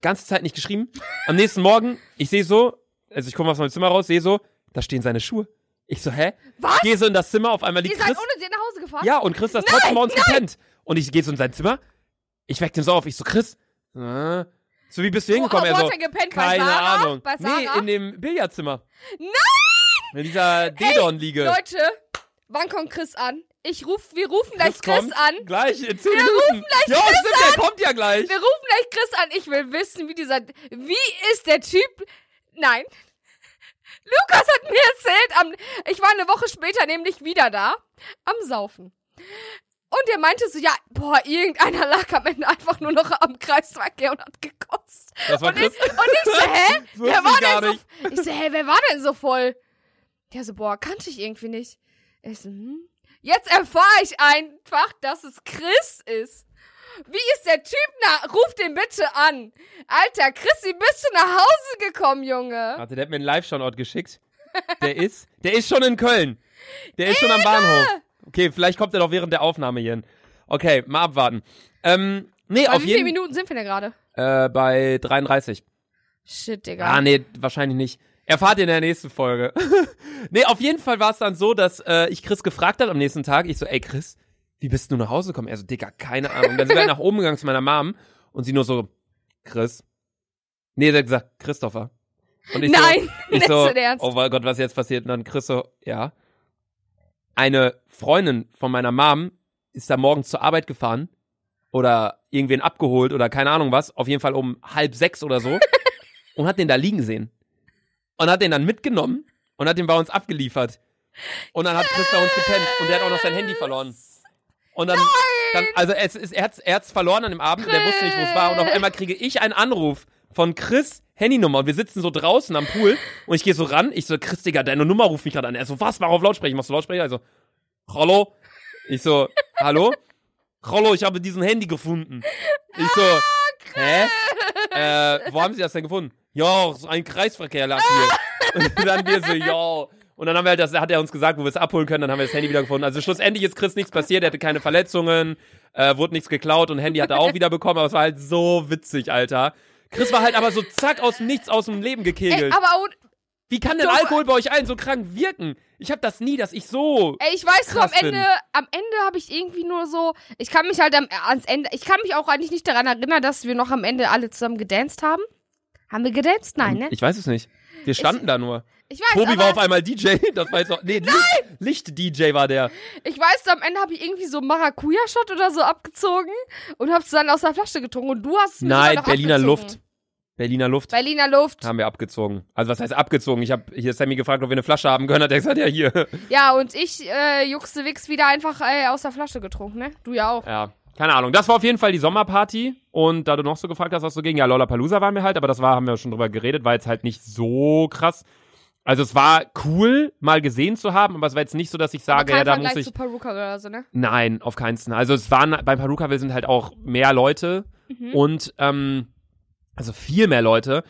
Speaker 1: Ganze Zeit nicht geschrieben. Am nächsten Morgen, ich sehe so, also ich komme aus meinem Zimmer raus, sehe so, da stehen seine Schuhe. Ich so, hä?
Speaker 2: Was?
Speaker 1: Gehe so in das Zimmer, auf einmal
Speaker 2: Ihr
Speaker 1: liegt
Speaker 2: seid
Speaker 1: Chris.
Speaker 2: ohne sie nach Hause gefahren?
Speaker 1: Ja, und Chris hat
Speaker 2: Nein,
Speaker 1: trotzdem bei uns gepennt. Und ich gehe so in sein Zimmer, ich weck den so auf, ich so, Chris, äh, so wie bist du
Speaker 2: Wo,
Speaker 1: hingekommen?
Speaker 2: wo
Speaker 1: er so,
Speaker 2: hat er gepennt? Bei
Speaker 1: also keine
Speaker 2: Sarah?
Speaker 1: Ahnung.
Speaker 2: Bei Sarah?
Speaker 1: Nee, in dem Billardzimmer. Nein! In dieser Dedon-Liege.
Speaker 2: Leute, wann kommt Chris an? Ich ruf, wir rufen gleich
Speaker 1: Chris
Speaker 2: Chris
Speaker 1: kommt
Speaker 2: an.
Speaker 1: Gleich in 10 Minuten. Ja, stimmt, der kommt ja gleich.
Speaker 2: Wir rufen gleich Chris an. Ich will wissen, wie dieser. Wie ist der Typ. Nein. Lukas hat mir erzählt, am, ich war eine Woche später nämlich wieder da, am Saufen. Und er meinte so, ja, boah, irgendeiner lag am Ende einfach nur noch am Kreisverkehr und hat gekotzt.
Speaker 1: Das war
Speaker 2: Und ich, und
Speaker 1: Chris.
Speaker 2: ich so, hä?
Speaker 1: Das wusste
Speaker 2: wer
Speaker 1: ich gar
Speaker 2: war denn
Speaker 1: nicht.
Speaker 2: so, ich so, hä, wer war denn so voll? Der so, boah, kannte ich irgendwie nicht. Ich so, hm. Jetzt erfahre ich einfach, dass es Chris ist. Wie ist der Typ? Na, ruf den bitte an. Alter, Chris, wie bist du nach Hause gekommen, Junge?
Speaker 1: Warte, der hat mir einen Live-Standort geschickt. Der ist, der ist schon in Köln. Der ist schon am Bahnhof. Okay, vielleicht kommt er doch während der Aufnahme hier hin. Okay, mal abwarten. Ähm, nee,
Speaker 2: Bei
Speaker 1: auf
Speaker 2: wie viele
Speaker 1: jeden
Speaker 2: Minuten sind wir denn gerade?
Speaker 1: Äh, bei 33.
Speaker 2: Shit, Digga.
Speaker 1: Ah, nee, wahrscheinlich nicht. Erfahrt ihr in der nächsten Folge. nee, auf jeden Fall war es dann so, dass äh, ich Chris gefragt hat am nächsten Tag. Ich so, ey Chris, wie bist du nach Hause gekommen? Er so, Digga, keine Ahnung. Dann sind wir nach oben gegangen zu meiner Mom und sie nur so, Chris. Nee, sie hat gesagt, Christopher. Und so,
Speaker 2: Nein,
Speaker 1: ich
Speaker 2: nicht
Speaker 1: so,
Speaker 2: so ernst.
Speaker 1: oh mein Gott, was jetzt passiert? Und dann Chris so, ja. Eine Freundin von meiner Mom ist da morgens zur Arbeit gefahren oder irgendwen abgeholt oder keine Ahnung was, auf jeden Fall um halb sechs oder so und hat den da liegen sehen. Und hat den dann mitgenommen und hat den bei uns abgeliefert. Und dann hat Chris bei uns gepennt und der hat auch noch sein Handy verloren. Und dann, dann also es ist, er hat's, er hat's verloren an dem Abend und er wusste nicht, wo es war. Und auf einmal kriege ich einen Anruf von Chris Handynummer und wir sitzen so draußen am Pool und ich gehe so ran. Ich so, Chris, Digga, deine Nummer ruft mich gerade an. Er so, was, mach auf Lautsprecher. Machst du Lautsprecher? Also, hallo? Ich so, hallo? Rollo, ich habe diesen Handy gefunden. Ich so,
Speaker 2: Ah,
Speaker 1: hä? Äh, wo haben Sie das denn gefunden? Ja, so ein Kreisverkehr lag
Speaker 2: Ah!
Speaker 1: hier. Und dann wir so, yo. Und dann haben wir halt das, hat er uns gesagt, wo wir es abholen können, dann haben wir das Handy wieder gefunden. Also schlussendlich ist Chris nichts passiert, er hatte keine Verletzungen, äh, wurde nichts geklaut und Handy hat er auch wieder bekommen, aber es war halt so witzig, Alter. Chris war halt aber so zack aus dem Nichts aus dem Leben
Speaker 2: Ey,
Speaker 1: gekegelt.
Speaker 2: aber und,
Speaker 1: Wie kann denn
Speaker 2: doch-
Speaker 1: Alkohol bei euch allen so krank wirken? Ich hab das nie, dass ich so.
Speaker 2: ey, ich weiß so am
Speaker 1: Krass
Speaker 2: Ende, am Ende habe ich irgendwie nur so, ich kann mich halt am, ans Ende, ich kann mich auch eigentlich nicht daran erinnern, dass wir noch am Ende alle zusammen gedanced haben. Haben wir gedanced? Nein, ne?
Speaker 1: Ich weiß es nicht. Wir standen da nur.
Speaker 2: Ich weiß,
Speaker 1: Tobi
Speaker 2: aber
Speaker 1: war auf einmal DJ. Das war jetzt noch. Nee, Licht- Licht-DJ war der.
Speaker 2: ich weiß, am Ende habe ich irgendwie so Maracuja-Shot oder so abgezogen und hab's dann aus der Flasche getrunken und du hast es mir sogar
Speaker 1: Nein,
Speaker 2: noch
Speaker 1: Berliner
Speaker 2: abgezogen.
Speaker 1: Luft. Berliner Luft
Speaker 2: Berliner Luft.
Speaker 1: haben wir abgezogen. Also, was heißt abgezogen? Ich habe hier Sammy gefragt, ob wir eine Flasche haben können. Hat er gesagt, ja, hier.
Speaker 2: Ja, und ich äh, juckste Wix wieder einfach äh, aus der Flasche getrunken, ne? Du ja auch.
Speaker 1: Ja. Keine Ahnung. Das war auf jeden Fall die Sommerparty. Und da du noch so gefragt hast, was so ging, ja, Lollapalooza waren wir halt, aber das war, haben wir schon drüber geredet, war jetzt halt nicht so krass. Also es war cool, mal gesehen zu haben, aber es war jetzt nicht so, dass ich
Speaker 2: Aber
Speaker 1: sage,
Speaker 2: kein
Speaker 1: ja, da
Speaker 2: Vergleich
Speaker 1: muss ich.
Speaker 2: zu Peruka oder so, ne?
Speaker 1: Nein, auf keinen Fall. Also es waren beim Perukaville sind halt auch mehr Leute
Speaker 2: Mhm.
Speaker 1: und ähm, also viel mehr Leute.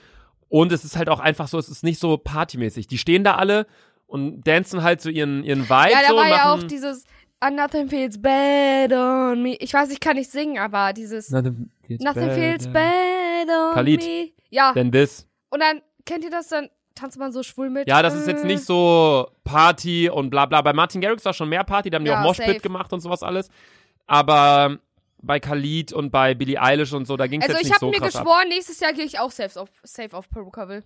Speaker 1: Und es ist halt auch einfach so, es ist nicht so partymäßig. Die stehen da alle und dancen halt so ihren, ihren Vibe.
Speaker 2: Ja, da
Speaker 1: so,
Speaker 2: war ja auch
Speaker 1: machen,
Speaker 2: dieses "And Nothing Feels Bad on Me. Ich weiß, ich kann nicht singen, aber dieses
Speaker 1: Nothing feels
Speaker 2: Nothing Feels Bad on
Speaker 1: Khalid.
Speaker 2: Me. Ja,
Speaker 1: Than this.
Speaker 2: und dann, kennt ihr das? Dann tanzt man so schwul mit.
Speaker 1: Ja, das ist jetzt
Speaker 2: Äh,
Speaker 1: nicht so Party und bla bla. Bei Martin Garrix war schon mehr Party, da haben die
Speaker 2: Ja,
Speaker 1: auch Moshpit
Speaker 2: safe.
Speaker 1: gemacht und sowas alles. Aber bei Khalid und bei Billie Eilish und so, da ging es
Speaker 2: Also,
Speaker 1: jetzt
Speaker 2: ich
Speaker 1: nicht
Speaker 2: habe
Speaker 1: so
Speaker 2: mir
Speaker 1: krass ab.
Speaker 2: geschworen, nächstes Jahr gehe ich auch safe auf, safe auf Peruka will.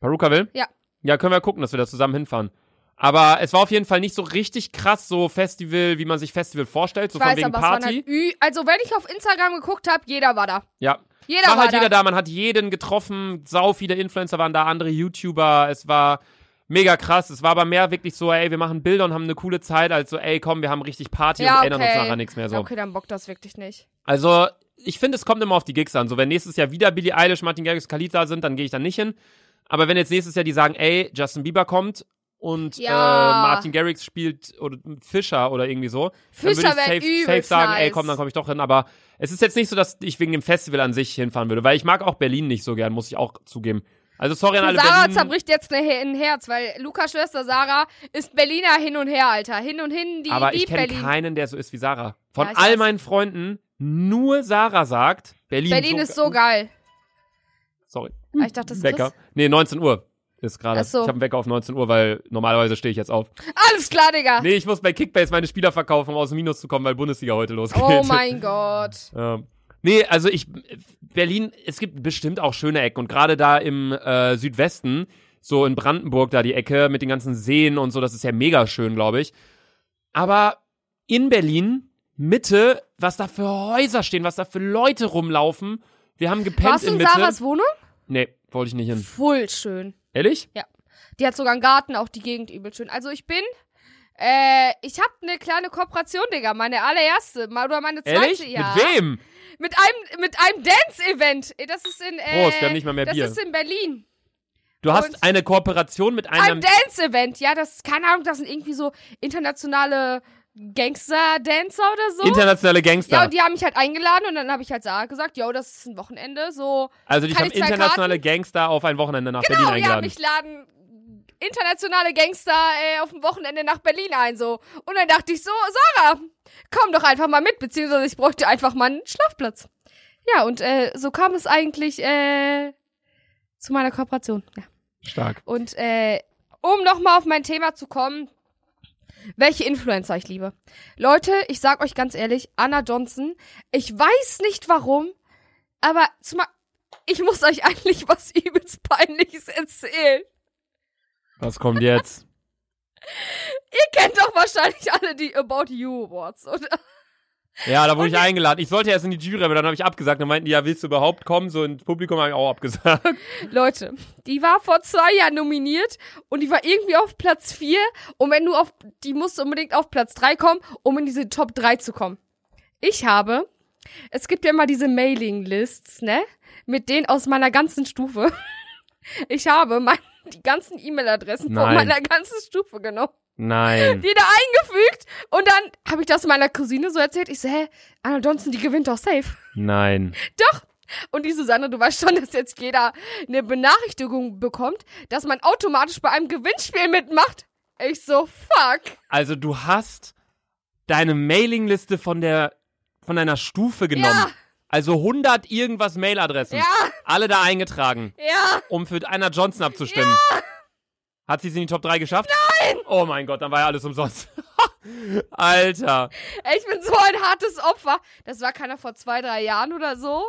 Speaker 1: Perukaville?
Speaker 2: Ja.
Speaker 1: Ja, können wir gucken, dass wir da zusammen hinfahren. Aber es war auf jeden Fall nicht so richtig krass, so Festival, wie man sich Festival vorstellt, so
Speaker 2: Ich weiß,
Speaker 1: von wegen
Speaker 2: aber es
Speaker 1: Party.
Speaker 2: waren halt. Ü also, wenn ich auf Instagram geguckt habe, jeder war da.
Speaker 1: ja.
Speaker 2: Jeder
Speaker 1: Es war
Speaker 2: war
Speaker 1: halt
Speaker 2: da.
Speaker 1: jeder da, man hat jeden getroffen, sau viele Influencer waren da, andere YouTuber, es war mega krass. Es war aber mehr wirklich so, ey, wir machen Bilder und haben eine coole Zeit, als so, ey, komm, wir haben richtig Party
Speaker 2: Ja,
Speaker 1: und erinnern uns
Speaker 2: okay.
Speaker 1: nachher nichts mehr so.
Speaker 2: Okay, dann bockt das wirklich nicht.
Speaker 1: Also, ich finde, es kommt immer auf die Gigs an. So, wenn nächstes Jahr wieder Billie Eilish, Martin Garrix, Khalid da sind, dann gehe ich da nicht hin. Aber wenn jetzt nächstes Jahr die sagen, ey, Justin Bieber kommt und
Speaker 2: Ja.
Speaker 1: äh, Martin Garrix spielt oder Fischer oder irgendwie so,
Speaker 2: Fischer
Speaker 1: dann würde
Speaker 2: wäre
Speaker 1: ich safe, safe
Speaker 2: übelst
Speaker 1: sagen,
Speaker 2: nice.
Speaker 1: ey, komm, dann komme ich doch hin. Aber es ist jetzt nicht so, dass ich wegen dem Festival an sich hinfahren würde, weil ich mag auch Berlin nicht so gern, muss ich auch zugeben. Also sorry an alle
Speaker 2: Sarah
Speaker 1: Berlin.
Speaker 2: zerbricht jetzt eine- ein Herz, weil Lukas Schwester Sarah ist Berliner hin und her, Alter. Hin und hin, die
Speaker 1: Aber ich
Speaker 2: liebt
Speaker 1: kenne
Speaker 2: Berlin.
Speaker 1: keinen, der so ist wie Sarah. Von
Speaker 2: Ja, ich
Speaker 1: all
Speaker 2: weiß.
Speaker 1: meinen Freunden nur Sarah sagt, Berlin,
Speaker 2: Berlin ist so geil.
Speaker 1: Sorry.
Speaker 2: Ah, Ich dachte, das ist
Speaker 1: Wecker. Nee, 19 Uhr ist gerade.
Speaker 2: Ach so.
Speaker 1: Ich habe einen Wecker auf 19 Uhr, weil normalerweise stehe ich jetzt auf.
Speaker 2: Chris. Alles klar, Digga.
Speaker 1: Nee, ich muss bei Kickbase meine Spieler verkaufen, um aus dem Minus zu kommen, weil Bundesliga heute losgeht.
Speaker 2: oh mein Gott.
Speaker 1: Ähm, nee, also ich, Berlin, es gibt bestimmt auch schöne Ecken und gerade da im äh, Südwesten, so in Brandenburg da die Ecke mit den ganzen Seen und so, das ist ja mega schön, glaube ich. Aber in Berlin, Mitte, was da für Häuser stehen, was da für Leute rumlaufen. Wir haben gepennt
Speaker 2: Warst du
Speaker 1: in
Speaker 2: in
Speaker 1: Mitte.
Speaker 2: Sarahs Wohnung?
Speaker 1: nee, wollte ich nicht hin.
Speaker 2: Voll schön.
Speaker 1: Ehrlich?
Speaker 2: Die hat sogar einen Garten, auch die Gegend übel schön. Also ich bin, äh, ich hab eine kleine Kooperation, Digga. Meine allererste, mal- oder meine zweite,
Speaker 1: Ehrlich?
Speaker 2: ja.
Speaker 1: Mit wem?
Speaker 2: Mit einem, mit einem Dance-Event. Das ist in, äh,
Speaker 1: Prost, wir haben nicht mal mehr
Speaker 2: das
Speaker 1: Bier.
Speaker 2: ist in Berlin.
Speaker 1: Du hast
Speaker 2: Und-
Speaker 1: eine Kooperation mit
Speaker 2: einem
Speaker 1: einem.
Speaker 2: Dance-Event. Ja, das, keine Ahnung, das sind irgendwie so internationale Gangster-Dancer oder so.
Speaker 1: Internationale Gangster.
Speaker 2: ja, und die haben mich halt eingeladen und dann habe ich halt Sarah gesagt, yo, das ist ein Wochenende, so.
Speaker 1: also dich
Speaker 2: kann
Speaker 1: haben
Speaker 2: ich zwei Genau,
Speaker 1: internationale Gangster auf ein Wochenende nach Berlin
Speaker 2: ja,
Speaker 1: eingeladen.
Speaker 2: mich laden internationale Gangster äh, auf dem Wochenende nach Berlin ein, so. Und dann dachte ich so, Sarah, komm doch einfach mal mit, beziehungsweise ich bräuchte einfach mal einen Schlafplatz. Ja, und äh, so kam es eigentlich äh, zu meiner Kooperation. Ja.
Speaker 1: Stark.
Speaker 2: Und äh, um nochmal auf mein Thema zu kommen, welche Influencer ich liebe. Leute, ich sag euch ganz ehrlich, Anna Johnson, ich weiß nicht warum, aber zumal, ich muss euch eigentlich was übelst peinliches erzählen.
Speaker 1: Was kommt jetzt?
Speaker 2: Ihr kennt doch wahrscheinlich alle die About You Awards, oder?
Speaker 1: Ja, da wurde ich eingeladen. Ich sollte erst in die Jury, aber dann habe ich abgesagt. Dann meinten die, ja, willst du überhaupt kommen? So ins Publikum habe ich auch abgesagt.
Speaker 2: Leute, die war vor zwei Jahren nominiert und die war irgendwie auf Platz 4. Und wenn du auf, die musste unbedingt auf Platz 3 kommen, um in diese Top 3 zu kommen. Ich habe, es gibt ja immer diese Mailing-Lists, ne? Mit denen aus meiner ganzen Stufe. Ich habe mein, die ganzen E-Mail-Adressen von
Speaker 1: Nein.
Speaker 2: meiner ganzen Stufe genommen
Speaker 1: Nein.
Speaker 2: die da eingefügt und dann habe ich das meiner Cousine so erzählt. Ich so, hä, Anna Johnson, die gewinnt doch safe.
Speaker 1: Nein.
Speaker 2: Doch. Und die Susanne, du weißt schon, dass jetzt jeder eine Benachrichtigung bekommt, dass man automatisch bei einem Gewinnspiel mitmacht. Ich so, fuck.
Speaker 1: Also du hast deine Mailingliste von der von deiner Stufe genommen.
Speaker 2: Ja.
Speaker 1: Also 100 irgendwas Mailadressen.
Speaker 2: Ja.
Speaker 1: Alle da eingetragen,
Speaker 2: Ja,
Speaker 1: um für Anna Johnson abzustimmen. Hat sie es in die Top 3 geschafft? Nein! Oh mein Gott, dann war ja alles umsonst. Alter.
Speaker 2: ey, ich bin so ein hartes Opfer. Das war keiner vor zwei, drei Jahren oder so.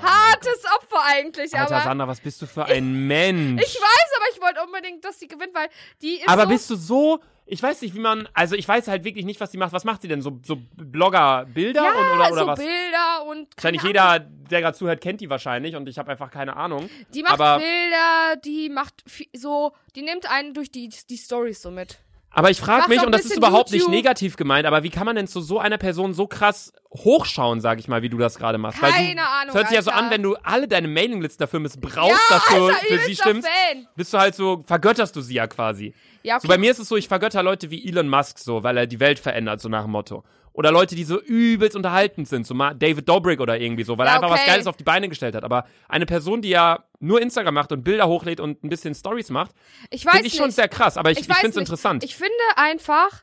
Speaker 2: hartes Opfer eigentlich,
Speaker 1: Oh, Alter,
Speaker 2: aber.
Speaker 1: Sandra, was bist du für ein Mensch?
Speaker 2: Ich weiß, aber ich wollte unbedingt, dass sie gewinnt, weil die ist
Speaker 1: Aber
Speaker 2: so
Speaker 1: bist du so, ich weiß nicht, wie man, also ich weiß halt wirklich nicht, was sie macht. Was macht sie denn? So, so Blogger-Bilder
Speaker 2: ja,
Speaker 1: und- oder, oder
Speaker 2: so
Speaker 1: was?
Speaker 2: Bilder und
Speaker 1: Wahrscheinlich
Speaker 2: keine
Speaker 1: jeder, der gerade zuhört, kennt die wahrscheinlich und ich habe einfach keine Ahnung.
Speaker 2: Die macht
Speaker 1: aber,
Speaker 2: Bilder, die macht fi- so, die nimmt einen durch die, die Stories so mit.
Speaker 1: aber ich
Speaker 2: macht
Speaker 1: frage mich,
Speaker 2: so ein
Speaker 1: und das ist
Speaker 2: bisschen
Speaker 1: überhaupt
Speaker 2: YouTube.
Speaker 1: nicht negativ gemeint, aber wie kann man denn zu so einer Person so krass hochschauen, sag ich mal, wie du das gerade machst? Weil
Speaker 2: Keine
Speaker 1: du,
Speaker 2: Ahnung,
Speaker 1: Es hört sich ja so
Speaker 2: Alter.
Speaker 1: an, wenn du alle deine Mailinglisten dafür missbrauchst, dass du
Speaker 2: Alter,
Speaker 1: für sie
Speaker 2: übelster
Speaker 1: stimmst.
Speaker 2: Fan.
Speaker 1: Bist du halt so, vergötterst du sie ja quasi.
Speaker 2: Ja, okay.
Speaker 1: So bei mir ist es so, ich vergötter Leute wie Elon Musk so, weil er die Welt verändert, so nach dem Motto. Oder Leute, die so übelst unterhaltend sind, so Ma- David Dobrik oder irgendwie so, weil
Speaker 2: Ja,
Speaker 1: er einfach was
Speaker 2: okay.
Speaker 1: Geiles auf die Beine gestellt hat. Aber eine Person, die ja nur Instagram macht und Bilder hochlädt und ein bisschen Stories macht,
Speaker 2: ich weiß
Speaker 1: finde ich
Speaker 2: nicht.
Speaker 1: schon sehr krass. Aber ich,
Speaker 2: Ich
Speaker 1: ich,
Speaker 2: weiß
Speaker 1: finde es
Speaker 2: nicht.
Speaker 1: interessant.
Speaker 2: Ich finde einfach,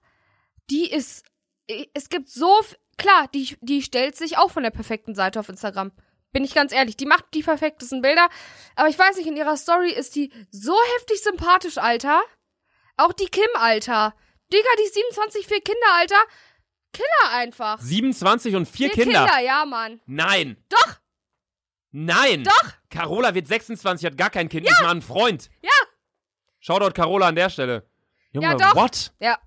Speaker 2: die ist, es gibt so, f- klar, die, die stellt sich auch von der perfekten Seite auf Instagram. Bin ich ganz ehrlich, die macht die perfektesten Bilder. Aber ich weiß nicht, in ihrer Story ist die so heftig sympathisch, Alter. Auch die Kim, Alter. Digga, die ist 27, vier Kinder, Alter. Killer einfach.
Speaker 1: 27 und vier,
Speaker 2: Vier
Speaker 1: Kinder.
Speaker 2: Kinder, ja, Mann.
Speaker 1: Nein.
Speaker 2: Doch.
Speaker 1: Nein.
Speaker 2: Doch.
Speaker 1: Carola wird 26, hat gar kein Kind, ist mal ein Freund.
Speaker 2: Ja.
Speaker 1: Shoutout Carola an der Stelle. Junge,
Speaker 2: Ja, doch.
Speaker 1: what?
Speaker 2: Ja.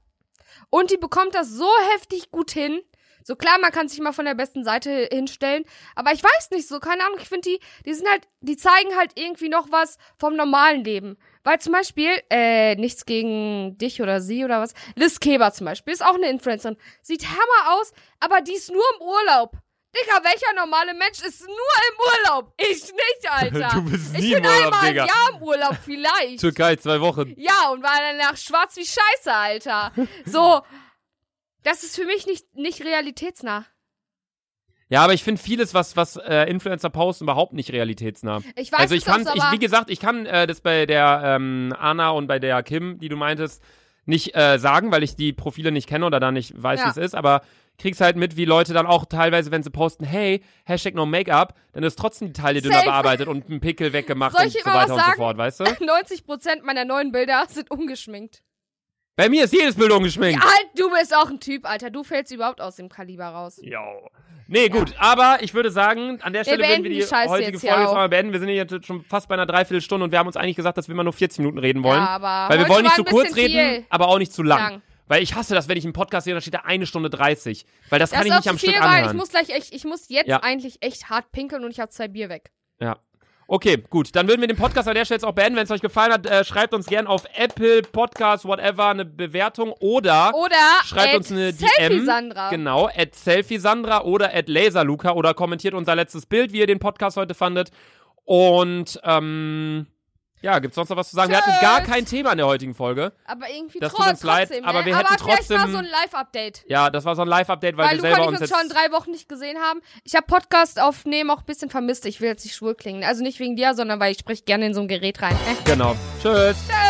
Speaker 2: Und die bekommt das so heftig gut hin. So klar, man kann sich mal von der besten Seite hinstellen, aber ich weiß nicht so, keine Ahnung, ich finde die, die sind halt, die zeigen halt irgendwie noch was vom normalen Leben. Weil zum Beispiel, äh, nichts gegen dich oder sie oder was, Liz Keber zum Beispiel, ist auch eine Influencerin, sieht hammer aus, aber die ist nur im Urlaub. Digga, welcher normale Mensch ist nur im Urlaub? Ich nicht, Alter.
Speaker 1: Du bist
Speaker 2: ich
Speaker 1: nie
Speaker 2: bin
Speaker 1: im Urlaub,
Speaker 2: einmal
Speaker 1: Digga.
Speaker 2: im Jahr im Urlaub, vielleicht.
Speaker 1: Türkei, zwei Wochen.
Speaker 2: Ja, und war danach schwarz wie Scheiße, Alter. So, das ist für mich nicht, nicht realitätsnah.
Speaker 1: Ja, aber ich finde vieles, was, was äh, Influencer posten, überhaupt nicht realitätsnah.
Speaker 2: Ich weiß
Speaker 1: also ich
Speaker 2: es auch,
Speaker 1: kann,
Speaker 2: aber
Speaker 1: ich, wie gesagt, ich kann äh, das bei der ähm, Anna und bei der Kim, die du meintest, nicht äh, sagen, weil ich die Profile nicht kenne oder da nicht weiß,
Speaker 2: Ja.
Speaker 1: wie es ist, aber kriegst halt mit, wie Leute dann auch teilweise, wenn sie posten, hey, Hashtag no Make-up, dann ist trotzdem die Taille dünner
Speaker 2: Safe.
Speaker 1: bearbeitet und ein Pickel weggemacht
Speaker 2: Soll
Speaker 1: und
Speaker 2: ich
Speaker 1: so
Speaker 2: immer was
Speaker 1: weiter und so
Speaker 2: sagen?
Speaker 1: fort, weißt du?
Speaker 2: 90% meiner neuen Bilder sind ungeschminkt.
Speaker 1: Bei mir ist jedes Bild ungeschminkt.
Speaker 2: Alt, du bist auch ein Typ, Alter. Du fällst überhaupt aus dem Kaliber raus.
Speaker 1: Jo. Nee, gut, aber ich würde sagen, an der Stelle würden wir
Speaker 2: beenden
Speaker 1: die,
Speaker 2: die Scheiße
Speaker 1: heutige
Speaker 2: jetzt hier
Speaker 1: Folge
Speaker 2: auch.
Speaker 1: jetzt mal beenden. Wir sind jetzt schon fast bei einer Dreiviertelstunde und wir haben uns eigentlich gesagt, dass wir immer nur 40 Minuten reden wollen.
Speaker 2: Ja, aber
Speaker 1: weil wir
Speaker 2: heute
Speaker 1: wollen nicht
Speaker 2: war
Speaker 1: zu
Speaker 2: ein
Speaker 1: kurz
Speaker 2: bisschen
Speaker 1: reden,
Speaker 2: viel.
Speaker 1: aber auch nicht zu lang.
Speaker 2: Lang.
Speaker 1: Weil ich hasse das, wenn ich einen Podcast sehe, da steht da eine Stunde 30. Weil das,
Speaker 2: Das
Speaker 1: kann ich
Speaker 2: ist auch
Speaker 1: nicht
Speaker 2: zu
Speaker 1: am
Speaker 2: viel,
Speaker 1: Stück
Speaker 2: weil ich
Speaker 1: anhören.
Speaker 2: muss gleich echt, ich muss jetzt
Speaker 1: Ja.
Speaker 2: eigentlich echt hart pinkeln und ich habe zwei Bier weg.
Speaker 1: Ja. Okay, gut. Dann würden wir den Podcast an der Stelle jetzt auch beenden. Wenn es euch gefallen hat, äh, schreibt uns gern auf Apple Podcast, whatever, eine Bewertung oder
Speaker 2: Oder
Speaker 1: Schreibt
Speaker 2: at
Speaker 1: uns eine
Speaker 2: Selfie
Speaker 1: DM.
Speaker 2: Sandra.
Speaker 1: Genau, at Selfie Sandra oder at Laserluca oder kommentiert unser letztes Bild, wie ihr den Podcast heute fandet. Und ähm, ja, gibt's sonst noch was zu sagen? Wir hatten
Speaker 2: Tschüss.
Speaker 1: gar kein Thema in der heutigen Folge.
Speaker 2: Aber irgendwie
Speaker 1: Das tut
Speaker 2: trotz-
Speaker 1: uns leid,
Speaker 2: trotzdem,
Speaker 1: aber
Speaker 2: ne?
Speaker 1: wir
Speaker 2: aber
Speaker 1: hätten
Speaker 2: vielleicht mal
Speaker 1: trotzdem-
Speaker 2: so ein Live-Update.
Speaker 1: Ja, das war so ein Live-Update, weil,
Speaker 2: Weil
Speaker 1: wir
Speaker 2: Luca und
Speaker 1: selber
Speaker 2: ich
Speaker 1: uns
Speaker 2: uns,
Speaker 1: jetzt.
Speaker 2: schon drei Wochen nicht gesehen haben. Ich habe Podcast aufnehmen auch ein bisschen vermisst. Ich will jetzt nicht schwul klingen. Also nicht wegen dir, sondern weil ich sprich gerne in so ein Gerät rein. Äh,
Speaker 1: genau. Tschüss.
Speaker 2: Tschüss.